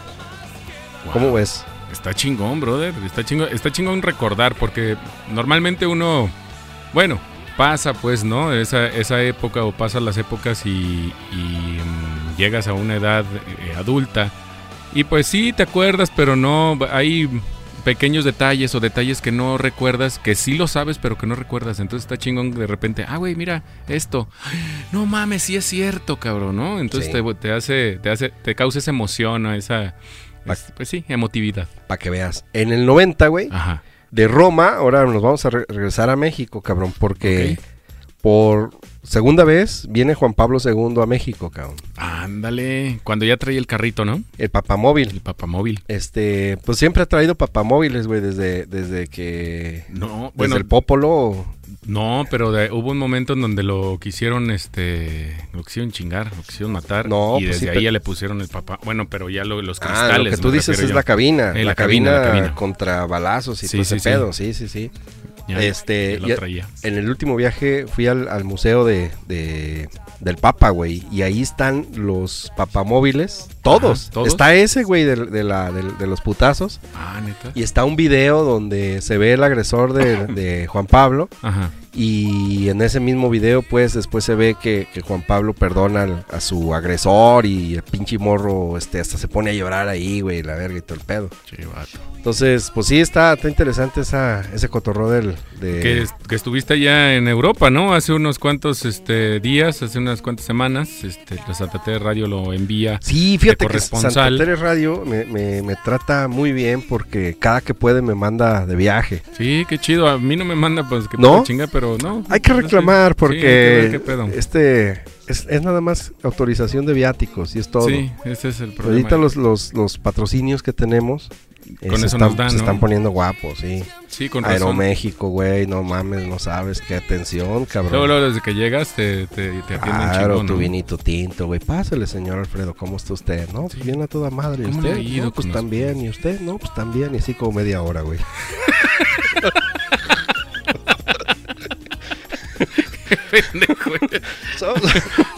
Speaker 1: ¿Cómo
Speaker 2: Wow.
Speaker 1: ves?
Speaker 2: Está chingón, brother. Está chingón, está chingón recordar porque normalmente uno, bueno, pasa pues, ¿no? Esa, esa época o pasan las épocas y, y, mm, llegas a una edad eh, adulta. Y pues sí, te acuerdas, pero no, hay pequeños detalles o detalles que no recuerdas, que sí lo sabes, pero que no recuerdas. Entonces está chingón de repente, ah, güey, mira esto. [gasps] No mames, sí es cierto, cabrón, ¿no? Entonces
Speaker 1: Sí.
Speaker 2: te, te hace, te hace, te causa esa emoción, ¿no? esa, es- pues sí, emotividad.
Speaker 1: Para que veas. En el 90, güey,
Speaker 2: Ajá.
Speaker 1: de Roma, ahora nos vamos a re- regresar a México, cabrón, porque por segunda vez viene Juan Pablo II a México, cabrón.
Speaker 2: Ándale, cuando ya traía el carrito, ¿no?
Speaker 1: El papamóvil.
Speaker 2: El papamóvil.
Speaker 1: Este, pues siempre ha traído papamóviles, güey, desde, desde que...
Speaker 2: No,
Speaker 1: Desde
Speaker 2: bueno,
Speaker 1: el Popolo.
Speaker 2: no, pero de- hubo un momento en donde lo quisieron, este, lo quisieron chingar, lo quisieron matar.
Speaker 1: No,
Speaker 2: y
Speaker 1: pues
Speaker 2: desde
Speaker 1: sí,
Speaker 2: ahí
Speaker 1: pero-
Speaker 2: ya le pusieron el papá. Bueno, pero ya lo- los
Speaker 1: Ah,
Speaker 2: cristales.
Speaker 1: lo que tú
Speaker 2: me
Speaker 1: dices
Speaker 2: refiero
Speaker 1: es
Speaker 2: yo.
Speaker 1: la cabina. la,
Speaker 2: Eh, la
Speaker 1: cabina,
Speaker 2: cabina, la cabina.
Speaker 1: contra balazos y
Speaker 2: Sí,
Speaker 1: todo
Speaker 2: sí,
Speaker 1: ese
Speaker 2: sí.
Speaker 1: pedo. Sí, sí, sí.
Speaker 2: Ya,
Speaker 1: este,
Speaker 2: ya lo
Speaker 1: ya-
Speaker 2: traía.
Speaker 1: En el último viaje fui al, al museo de, de- del Papa, güey. Y ahí están los papamóviles. Todos.
Speaker 2: Ajá, todos.
Speaker 1: Está ese, güey, del- de, la- del- de los putazos.
Speaker 2: Ah, neta.
Speaker 1: Y está un video donde se ve el agresor
Speaker 2: [laughs]
Speaker 1: de, de Juan Pablo.
Speaker 2: Ajá.
Speaker 1: Y en ese mismo video, pues, después se ve que, que Juan Pablo perdona al- a su agresor. Y el pinche morro, este, hasta se pone a llorar ahí, güey, la verga y todo el pedo.
Speaker 2: Che, vato.
Speaker 1: Entonces, pues sí, está, está interesante esa, ese cotorro del. De,
Speaker 2: Que, es- que estuviste allá en Europa, ¿no? Hace unos cuantos este, días, hace unas cuantas semanas, este, la Santa Tere Radio lo envía.
Speaker 1: Sí, fíjate que
Speaker 2: corresponsal.
Speaker 1: Santa Tere Radio me, me- me trata muy bien porque cada que puede me manda de viaje.
Speaker 2: Sí, qué chido. A mí no me manda, pues, que
Speaker 1: ¿No?
Speaker 2: me chinga, pero no.
Speaker 1: Hay que
Speaker 2: Ah, Sí,
Speaker 1: reclamar
Speaker 2: sí, hay que
Speaker 1: porque
Speaker 2: ver qué pedo.
Speaker 1: este es, es nada más autorización de viáticos y es todo.
Speaker 2: Sí, ese es el
Speaker 1: Pero
Speaker 2: problema.
Speaker 1: ahorita los, los, los patrocinios que tenemos eh,
Speaker 2: Con
Speaker 1: se,
Speaker 2: eso
Speaker 1: están,
Speaker 2: nos dan,
Speaker 1: se
Speaker 2: ¿no?
Speaker 1: están poniendo guapos, sí.
Speaker 2: Sí, con razón.
Speaker 1: Aeroméxico, güey, no mames, no sabes qué atención, cabrón.
Speaker 2: Luego, luego, desde que llegas te, te, te atienden
Speaker 1: Claro,
Speaker 2: chingón,
Speaker 1: tu
Speaker 2: ¿no?
Speaker 1: vinito tinto, güey. Pásale, señor Alfredo, ¿cómo está usted? No, pues
Speaker 2: Sí.
Speaker 1: bien a toda madre. ¿Y
Speaker 2: ¿Cómo le
Speaker 1: usted?
Speaker 2: ha ido
Speaker 1: no, pues
Speaker 2: con
Speaker 1: también. ¿Y usted? No, pues también. Y así como media hora, güey.
Speaker 2: [laughs] Pendejo, güey.
Speaker 1: So-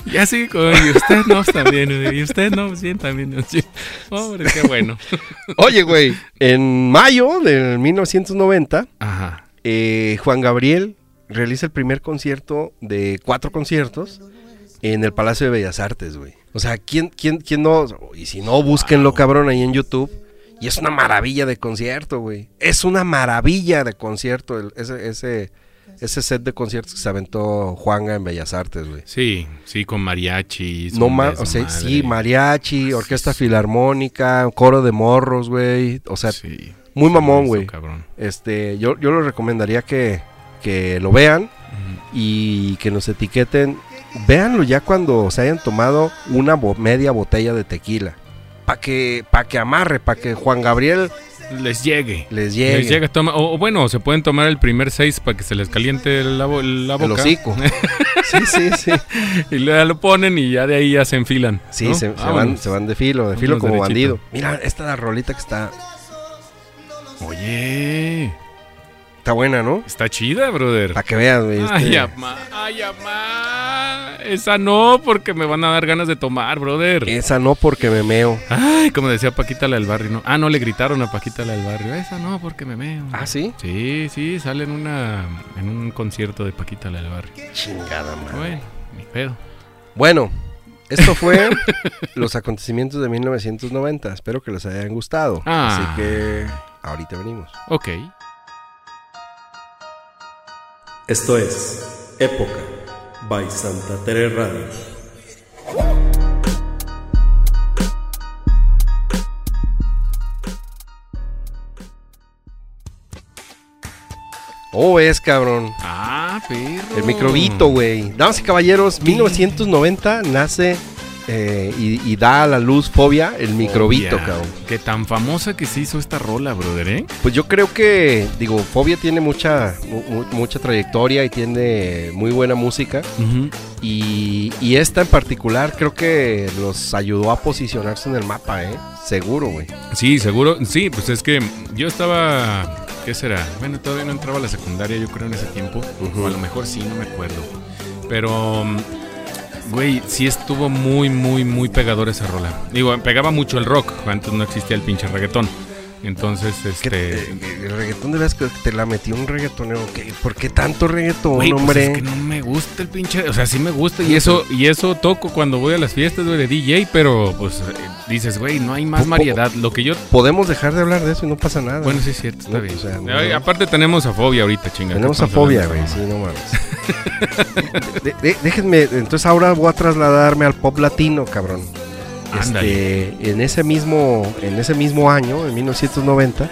Speaker 2: ya sí, con, y usted no, también. güey. Y usted no, sí, también. no, sí. Pobre, qué bueno.
Speaker 1: [laughs] Oye, güey. En mayo del 1990,
Speaker 2: Ajá.
Speaker 1: eh, Juan Gabriel realiza el primer concierto de cuatro conciertos en el Palacio de Bellas Artes, güey. O sea, ¿quién, quién, quién no? Y si no, búsquenlo, cabrón, ahí en YouTube. Y es una maravilla de concierto, güey. Es una maravilla de concierto el- ese, ese, ese set de conciertos que se aventó Juanga en Bellas Artes, güey.
Speaker 2: Sí, sí, con mariachi.
Speaker 1: No más, o sea, sí,
Speaker 2: mariachi.
Speaker 1: mariachi, orquesta filarmónica, coro de morros, güey. O sea,
Speaker 2: sí.
Speaker 1: muy
Speaker 2: Sí,
Speaker 1: mamón,
Speaker 2: eso,
Speaker 1: güey.
Speaker 2: cabrón.
Speaker 1: Este, yo, yo les recomendaría que, que lo vean
Speaker 2: Ujú.
Speaker 1: y que nos etiqueten. Véanlo ya cuando se hayan tomado una bo- media botella de tequila. Para que, pa que amarre, para que Juan Gabriel
Speaker 2: Les llegue.
Speaker 1: les llegue.
Speaker 2: Les llega, toma, o, o bueno, se pueden tomar el primer seis para que se les caliente la, bo- la
Speaker 1: el
Speaker 2: boca. [laughs]
Speaker 1: hocico. sí, sí, sí.
Speaker 2: Y ya lo ponen y ya de ahí ya se enfilan.
Speaker 1: Sí,
Speaker 2: ¿no?
Speaker 1: se, se van,
Speaker 2: Vámonos.
Speaker 1: se van de filo, de filo
Speaker 2: Vámonos
Speaker 1: como
Speaker 2: derechito.
Speaker 1: bandido. Mira, esta la rolita que está,
Speaker 2: Oye,
Speaker 1: está buena, ¿no?
Speaker 2: está chida, brother.
Speaker 1: Para que vean. güey, este-
Speaker 2: Ay, ama, ay, ama. Esa no, porque me van a dar ganas de tomar, brother.
Speaker 1: Esa no porque me meo.
Speaker 2: Ay, como decía Paquita la del barrio, ¿no? Ah, no le gritaron a Paquita la del barrio. Esa no, porque me meo.
Speaker 1: Ah, sí.
Speaker 2: Sí, sí, sale en una en un concierto de Paquita la del barrio.
Speaker 1: Chingada madre.
Speaker 2: Bueno, ni pedo.
Speaker 1: Bueno, esto fue [laughs] los acontecimientos de 1990. Espero que les hayan gustado.
Speaker 2: Ah.
Speaker 1: Así que ahorita venimos.
Speaker 2: Ok.
Speaker 3: Esto es Época by Santa Tere Radio.
Speaker 1: Oh, es cabrón.
Speaker 2: Ah, perro.
Speaker 1: El microbito, güey. Damas y caballeros, 1990 nace eh, y, y da a la luz fobia el microbito,
Speaker 2: Fobia.
Speaker 1: cabrón.
Speaker 2: Que tan famosa que se hizo esta rola, brother, ¿eh?
Speaker 1: Pues yo creo que, digo, Fobia tiene mucha, mu- mu- mucha trayectoria y tiene muy buena música. Y, y esta en particular creo que los ayudó a posicionarse en el mapa, ¿eh? Seguro, güey.
Speaker 2: Sí, seguro. Sí, pues es que yo estaba. ¿Qué será? Bueno, todavía no entraba a la secundaria, yo creo, en ese tiempo.
Speaker 1: Ujú.
Speaker 2: O a lo mejor sí, no me acuerdo. Pero. mm, Güey, sí estuvo muy, muy, muy pegadora esa rola. Digo, pegaba mucho el rock. Antes no existía el pinche reggaetón. Entonces,
Speaker 1: Que-
Speaker 2: este.
Speaker 1: eh, el reggaetón de veras que te la metió un reggaetonero. ¿qué? ¿Por qué tanto reggaetón,
Speaker 2: Güey, pues
Speaker 1: hombre?
Speaker 2: es que no me gusta el pinche, o sea, sí me gusta y eso y eso toco cuando voy a las fiestas güey, de DJ, pero pues eh, dices, güey, no hay más
Speaker 1: Po- po-
Speaker 2: variedad. Lo que yo
Speaker 1: Podemos dejar de hablar de eso y no pasa nada.
Speaker 2: Bueno, sí es cierto, está
Speaker 1: No,
Speaker 2: bien.
Speaker 1: o sea,
Speaker 2: Ay,
Speaker 1: no.
Speaker 2: Aparte tenemos a fobia ahorita, chinga.
Speaker 1: Tenemos
Speaker 2: ¿qué
Speaker 1: a
Speaker 2: estamos
Speaker 1: fobia, güey.
Speaker 2: hablando
Speaker 1: Sí,
Speaker 2: de esa
Speaker 1: no mames. De- de- déjenme, entonces ahora voy a trasladarme al pop latino, cabrón.
Speaker 2: Ándale.
Speaker 1: Este, en ese mismo, en ese mismo año, en 1990,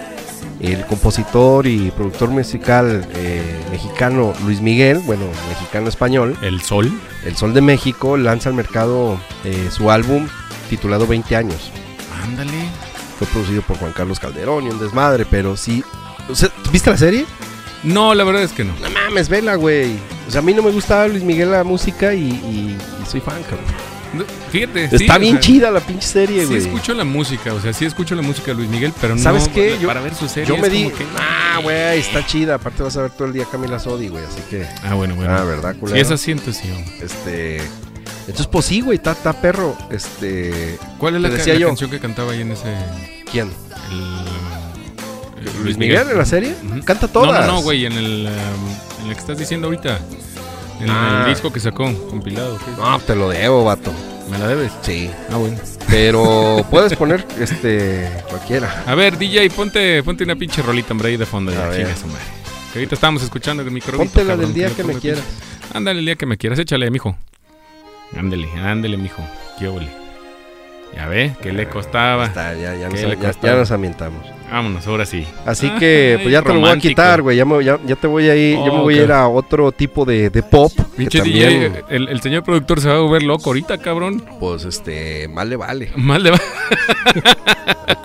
Speaker 1: el compositor y productor musical eh, mexicano Luis Miguel, bueno, mexicano español,
Speaker 2: mamada? El sol.
Speaker 1: El Sol de México lanza al mercado eh, su álbum titulado 20 años.
Speaker 2: Ándale.
Speaker 1: Fue producido por Juan Carlos Calderón y un desmadre, pero sí. o sea, ¿Viste la serie?
Speaker 2: No, la verdad es que no.
Speaker 1: No mames, vela, güey. O sea, a mí no me gustaba Luis Miguel la música y, y- y soy fan, cabrón.
Speaker 2: No, Fíjate. sí,
Speaker 1: Está
Speaker 2: o
Speaker 1: bien
Speaker 2: sea,
Speaker 1: chida la pinche serie,
Speaker 2: Sí
Speaker 1: güey.
Speaker 2: escucho la música, o sea, sí escucho la música de Luis Miguel, pero no
Speaker 1: ¿Sabes qué? Yo-
Speaker 2: para ver su serie
Speaker 1: Yo me
Speaker 2: es
Speaker 1: di.
Speaker 2: como que-
Speaker 1: Ah, güey, está chida. Aparte vas a ver todo el día Camila Sodi, güey. Así que.
Speaker 2: Ah, bueno, bueno.
Speaker 1: Ah, ¿verdad, culero?
Speaker 2: Sí, esa siento, sí. hombre.
Speaker 1: Este. Entonces, pues sí, güey, está, está perro. Este.
Speaker 2: ¿Cuál es
Speaker 1: Te
Speaker 2: la, ca-
Speaker 1: decía
Speaker 2: la
Speaker 1: yo.
Speaker 2: canción que cantaba ahí en ese
Speaker 1: ¿Quién?
Speaker 2: el- el-
Speaker 1: ¿Luis Miguel en la serie?
Speaker 2: Ujú.
Speaker 1: Canta
Speaker 2: No,
Speaker 1: todas.
Speaker 2: no, no, güey, en el um, en el que estás diciendo ahorita. En
Speaker 1: Ah.
Speaker 2: el disco que sacó, compilado. ¿qué?
Speaker 1: No, te lo debo, vato.
Speaker 2: ¿Me la debes?
Speaker 1: Sí.
Speaker 2: Ah, bueno.
Speaker 1: Pero puedes poner, este. Cualquiera.
Speaker 2: A ver, DJ, ponte, ponte una pinche rolita, hombre, ahí de fondo.
Speaker 1: A
Speaker 2: Ya,
Speaker 1: ver.
Speaker 2: chinga su madre. Que ahorita estábamos escuchando el micrófono.
Speaker 1: Ponte la del día que me quieras.
Speaker 2: Ándale, el día que me quieras, échale, mijo. Ándele, ándele, mijo. Qué óvole. Ya ve, que le costaba.
Speaker 1: Está, Ah, ya, ya, nos,
Speaker 2: ¿Qué le
Speaker 1: ya-
Speaker 2: costó?
Speaker 1: ya nos ambientamos.
Speaker 2: Vámonos, ahora sí.
Speaker 1: Así que
Speaker 2: Ay,
Speaker 1: pues ya te lo voy a
Speaker 2: Ah, romántico.
Speaker 1: quitar, güey. Ya, me- ya- ya te voy a ir, yo me
Speaker 2: Oh,
Speaker 1: voy a
Speaker 2: ok.
Speaker 1: ir a otro tipo de, de pop. que
Speaker 2: Pinche
Speaker 1: también,
Speaker 2: DJ, el, el señor productor se va a volver loco ahorita, cabrón.
Speaker 1: Pues este, mal le vale,
Speaker 2: Mal le va.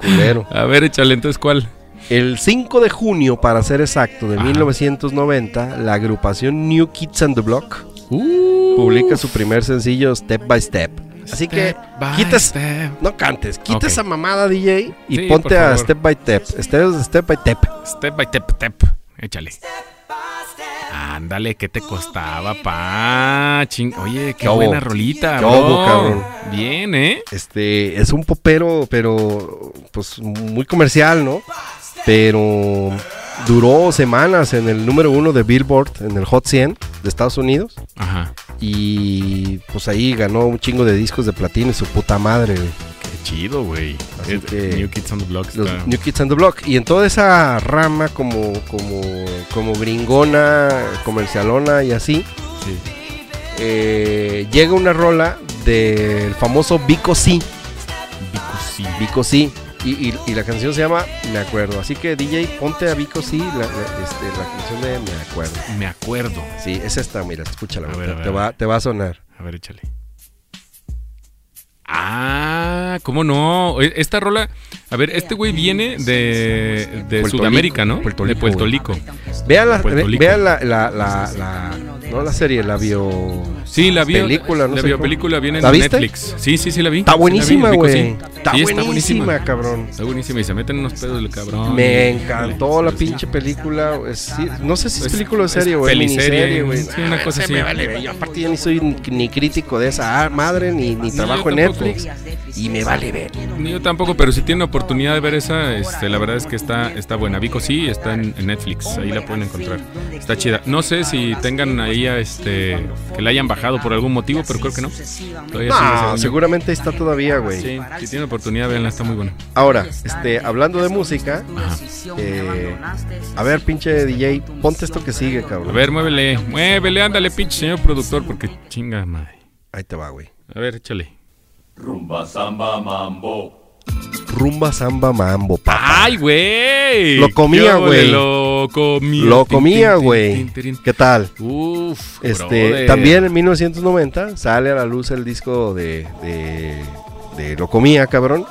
Speaker 1: culero.
Speaker 2: A ver, échale, entonces, ¿cuál?
Speaker 1: El 5 de junio, para ser exacto, de
Speaker 2: Ajá.
Speaker 1: 1990, la agrupación New Kids on the Block
Speaker 2: Uh,
Speaker 1: publica su primer sencillo Step by Step. Así que quitas- no cantes, quita
Speaker 2: Ok.
Speaker 1: esa mamada DJ y
Speaker 2: Sí,
Speaker 1: ponte
Speaker 2: por
Speaker 1: a
Speaker 2: favor.
Speaker 1: Step by Step. Step, step by Step.
Speaker 2: Step by step, step. Échale. Ándale, ¿qué te costaba, pa? Ching- Oye, qué
Speaker 1: ¿Qué hubo?
Speaker 2: buena rolita,
Speaker 1: ¿Qué
Speaker 2: bro.
Speaker 1: hubo, cabrón?
Speaker 2: Bien, ¿eh?
Speaker 1: Este, es un popero, pero pues muy comercial, ¿no? Pero duró semanas en el número uno de Billboard, en el Hot 100 de Estados Unidos.
Speaker 2: Ajá.
Speaker 1: Y pues ahí ganó un chingo de discos de platino y su puta madre, güey.
Speaker 2: Qué chido, güey.
Speaker 1: Así
Speaker 2: Es-
Speaker 1: que-
Speaker 2: New Kids on the Block
Speaker 1: Los
Speaker 2: está-
Speaker 1: New Kids on the Block. Y en toda esa rama como, como, como gringona, comercialona y así,
Speaker 2: sí.
Speaker 1: eh, llega una rola del famoso Vico C.
Speaker 2: Vico, sí.
Speaker 1: Vico C. Y, y- y la canción se llama Me Acuerdo. Así que DJ, ponte a Vico C la, la- este, la canción de Me Acuerdo.
Speaker 2: Me acuerdo.
Speaker 1: Sí, es esta, mira, escúchala.
Speaker 2: A
Speaker 1: güey,
Speaker 2: ver, a
Speaker 1: te,
Speaker 2: ver.
Speaker 1: va, te va a sonar.
Speaker 2: A ver, échale. Ah, ¿cómo no? E- Esta rola, a ver, este güey viene de, de
Speaker 1: Puerto
Speaker 2: Sudamérica,
Speaker 1: Rico,
Speaker 2: ¿no?
Speaker 1: Puerto
Speaker 2: de
Speaker 1: Rico,
Speaker 2: Puerto
Speaker 1: güey.
Speaker 2: Rico.
Speaker 1: Vean la,
Speaker 2: Puerto
Speaker 1: ve-
Speaker 2: Rico.
Speaker 1: vean la, la, la, la- no la serie, la bio...
Speaker 2: Sí, la vi.
Speaker 1: Película, no
Speaker 2: la
Speaker 1: sé
Speaker 2: bio
Speaker 1: cómo.
Speaker 2: película viene
Speaker 1: ¿La
Speaker 2: en
Speaker 1: viste?
Speaker 2: Netflix. Sí, sí, sí la vi.
Speaker 1: Está
Speaker 2: Sí la vi,
Speaker 1: buenísima,
Speaker 2: Rico,
Speaker 1: güey.
Speaker 2: sí.
Speaker 1: Está,
Speaker 2: Sí,
Speaker 1: buenísima, cabrón.
Speaker 2: Está buenísima y se meten unos pedos del cabrón.
Speaker 1: Me
Speaker 2: Híjole,
Speaker 1: encantó la
Speaker 2: sí.
Speaker 1: pinche película. es- sí, no sé si es
Speaker 2: Es-
Speaker 1: película o
Speaker 2: es
Speaker 1: serie, güey.
Speaker 2: peliserie,
Speaker 1: Miniserie, güey.
Speaker 2: sí, una
Speaker 1: Ah,
Speaker 2: cosa
Speaker 1: se
Speaker 2: así.
Speaker 1: me vale, yo aparte yo ni soy ni- ni crítico de esa ah, madre, ni, ni
Speaker 2: yo
Speaker 1: trabajo en
Speaker 2: tampoco.
Speaker 1: Netflix. Y me vale ver.
Speaker 2: Ni Yo tampoco, pero si tienen oportunidad de ver esa, este, la verdad es que está, está buena. Vico sí, está en, en Netflix, ahí la pueden encontrar. Está chida. No sé si tengan ahí a este que la hayan bajado por algún motivo, pero creo que no. Todavía sigue, según
Speaker 1: No,
Speaker 2: yo.
Speaker 1: seguramente está todavía, güey.
Speaker 2: Sí, si tienen oportunidad, véanla, está muy buena.
Speaker 1: Ahora, este, hablando de música,
Speaker 2: Ajá.
Speaker 1: eh, a ver, pinche DJ, ponte esto que sigue,
Speaker 2: A
Speaker 1: cabrón.
Speaker 2: ver, muévele, muévele, ándale, pinche señor productor, porque chinga madre.
Speaker 1: Ahí te va, güey.
Speaker 2: A ver, échale.
Speaker 4: Rumba, samba, mambo.
Speaker 1: Rumba Samba Mambo, papá.
Speaker 2: ¡Ay, güey!
Speaker 1: Lo comía,
Speaker 2: Yo,
Speaker 1: güey.
Speaker 2: Lo comía.
Speaker 1: Lo
Speaker 2: Tin, tin,
Speaker 1: comía,
Speaker 2: tin,
Speaker 1: güey.
Speaker 2: tin, tin, tin.
Speaker 1: ¿Qué tal?
Speaker 2: Uf,
Speaker 1: Este,
Speaker 2: brother.
Speaker 1: también en 1990 sale a la luz el disco de, de, de Lo Comía, cabrón.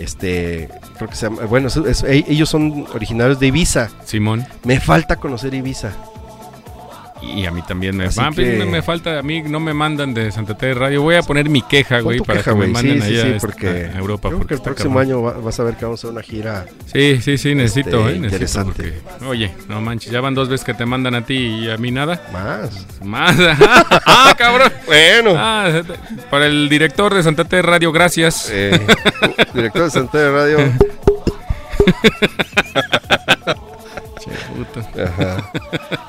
Speaker 1: Este, creo que se llama- bueno, es- es- e- ellos son originarios de Ibiza.
Speaker 2: Simón.
Speaker 1: Me falta conocer Ibiza.
Speaker 2: Y a mí también me,
Speaker 1: Así
Speaker 2: Ah, pues,
Speaker 1: que-
Speaker 2: me, me falta, a mí no me mandan de Santa Terra Radio. Voy a poner mi queja,
Speaker 1: Pon
Speaker 2: Ah, güey,
Speaker 1: tu
Speaker 2: para
Speaker 1: queja,
Speaker 2: que me
Speaker 1: güey.
Speaker 2: manden
Speaker 1: sí, sí, sí,
Speaker 2: allá a esta-
Speaker 1: porque
Speaker 2: a Europa.
Speaker 1: creo que
Speaker 2: porque
Speaker 1: el
Speaker 2: está
Speaker 1: próximo
Speaker 2: cabrón.
Speaker 1: año va- vas a ver que vamos a hacer una gira.
Speaker 2: Sí, sí, sí, necesito,
Speaker 1: Este,
Speaker 2: eh, necesito,
Speaker 1: interesante.
Speaker 2: porque, oye, no manches, ya van dos veces que te mandan a ti y a mí nada. [laughs]
Speaker 1: Más.
Speaker 2: Más. ah, cabrón.
Speaker 1: Bueno.
Speaker 2: Ah, para el director de Santa Terra Radio, gracias.
Speaker 1: Eh, director de Santa de Radio.
Speaker 2: [laughs] Che, puta.
Speaker 1: Ajá.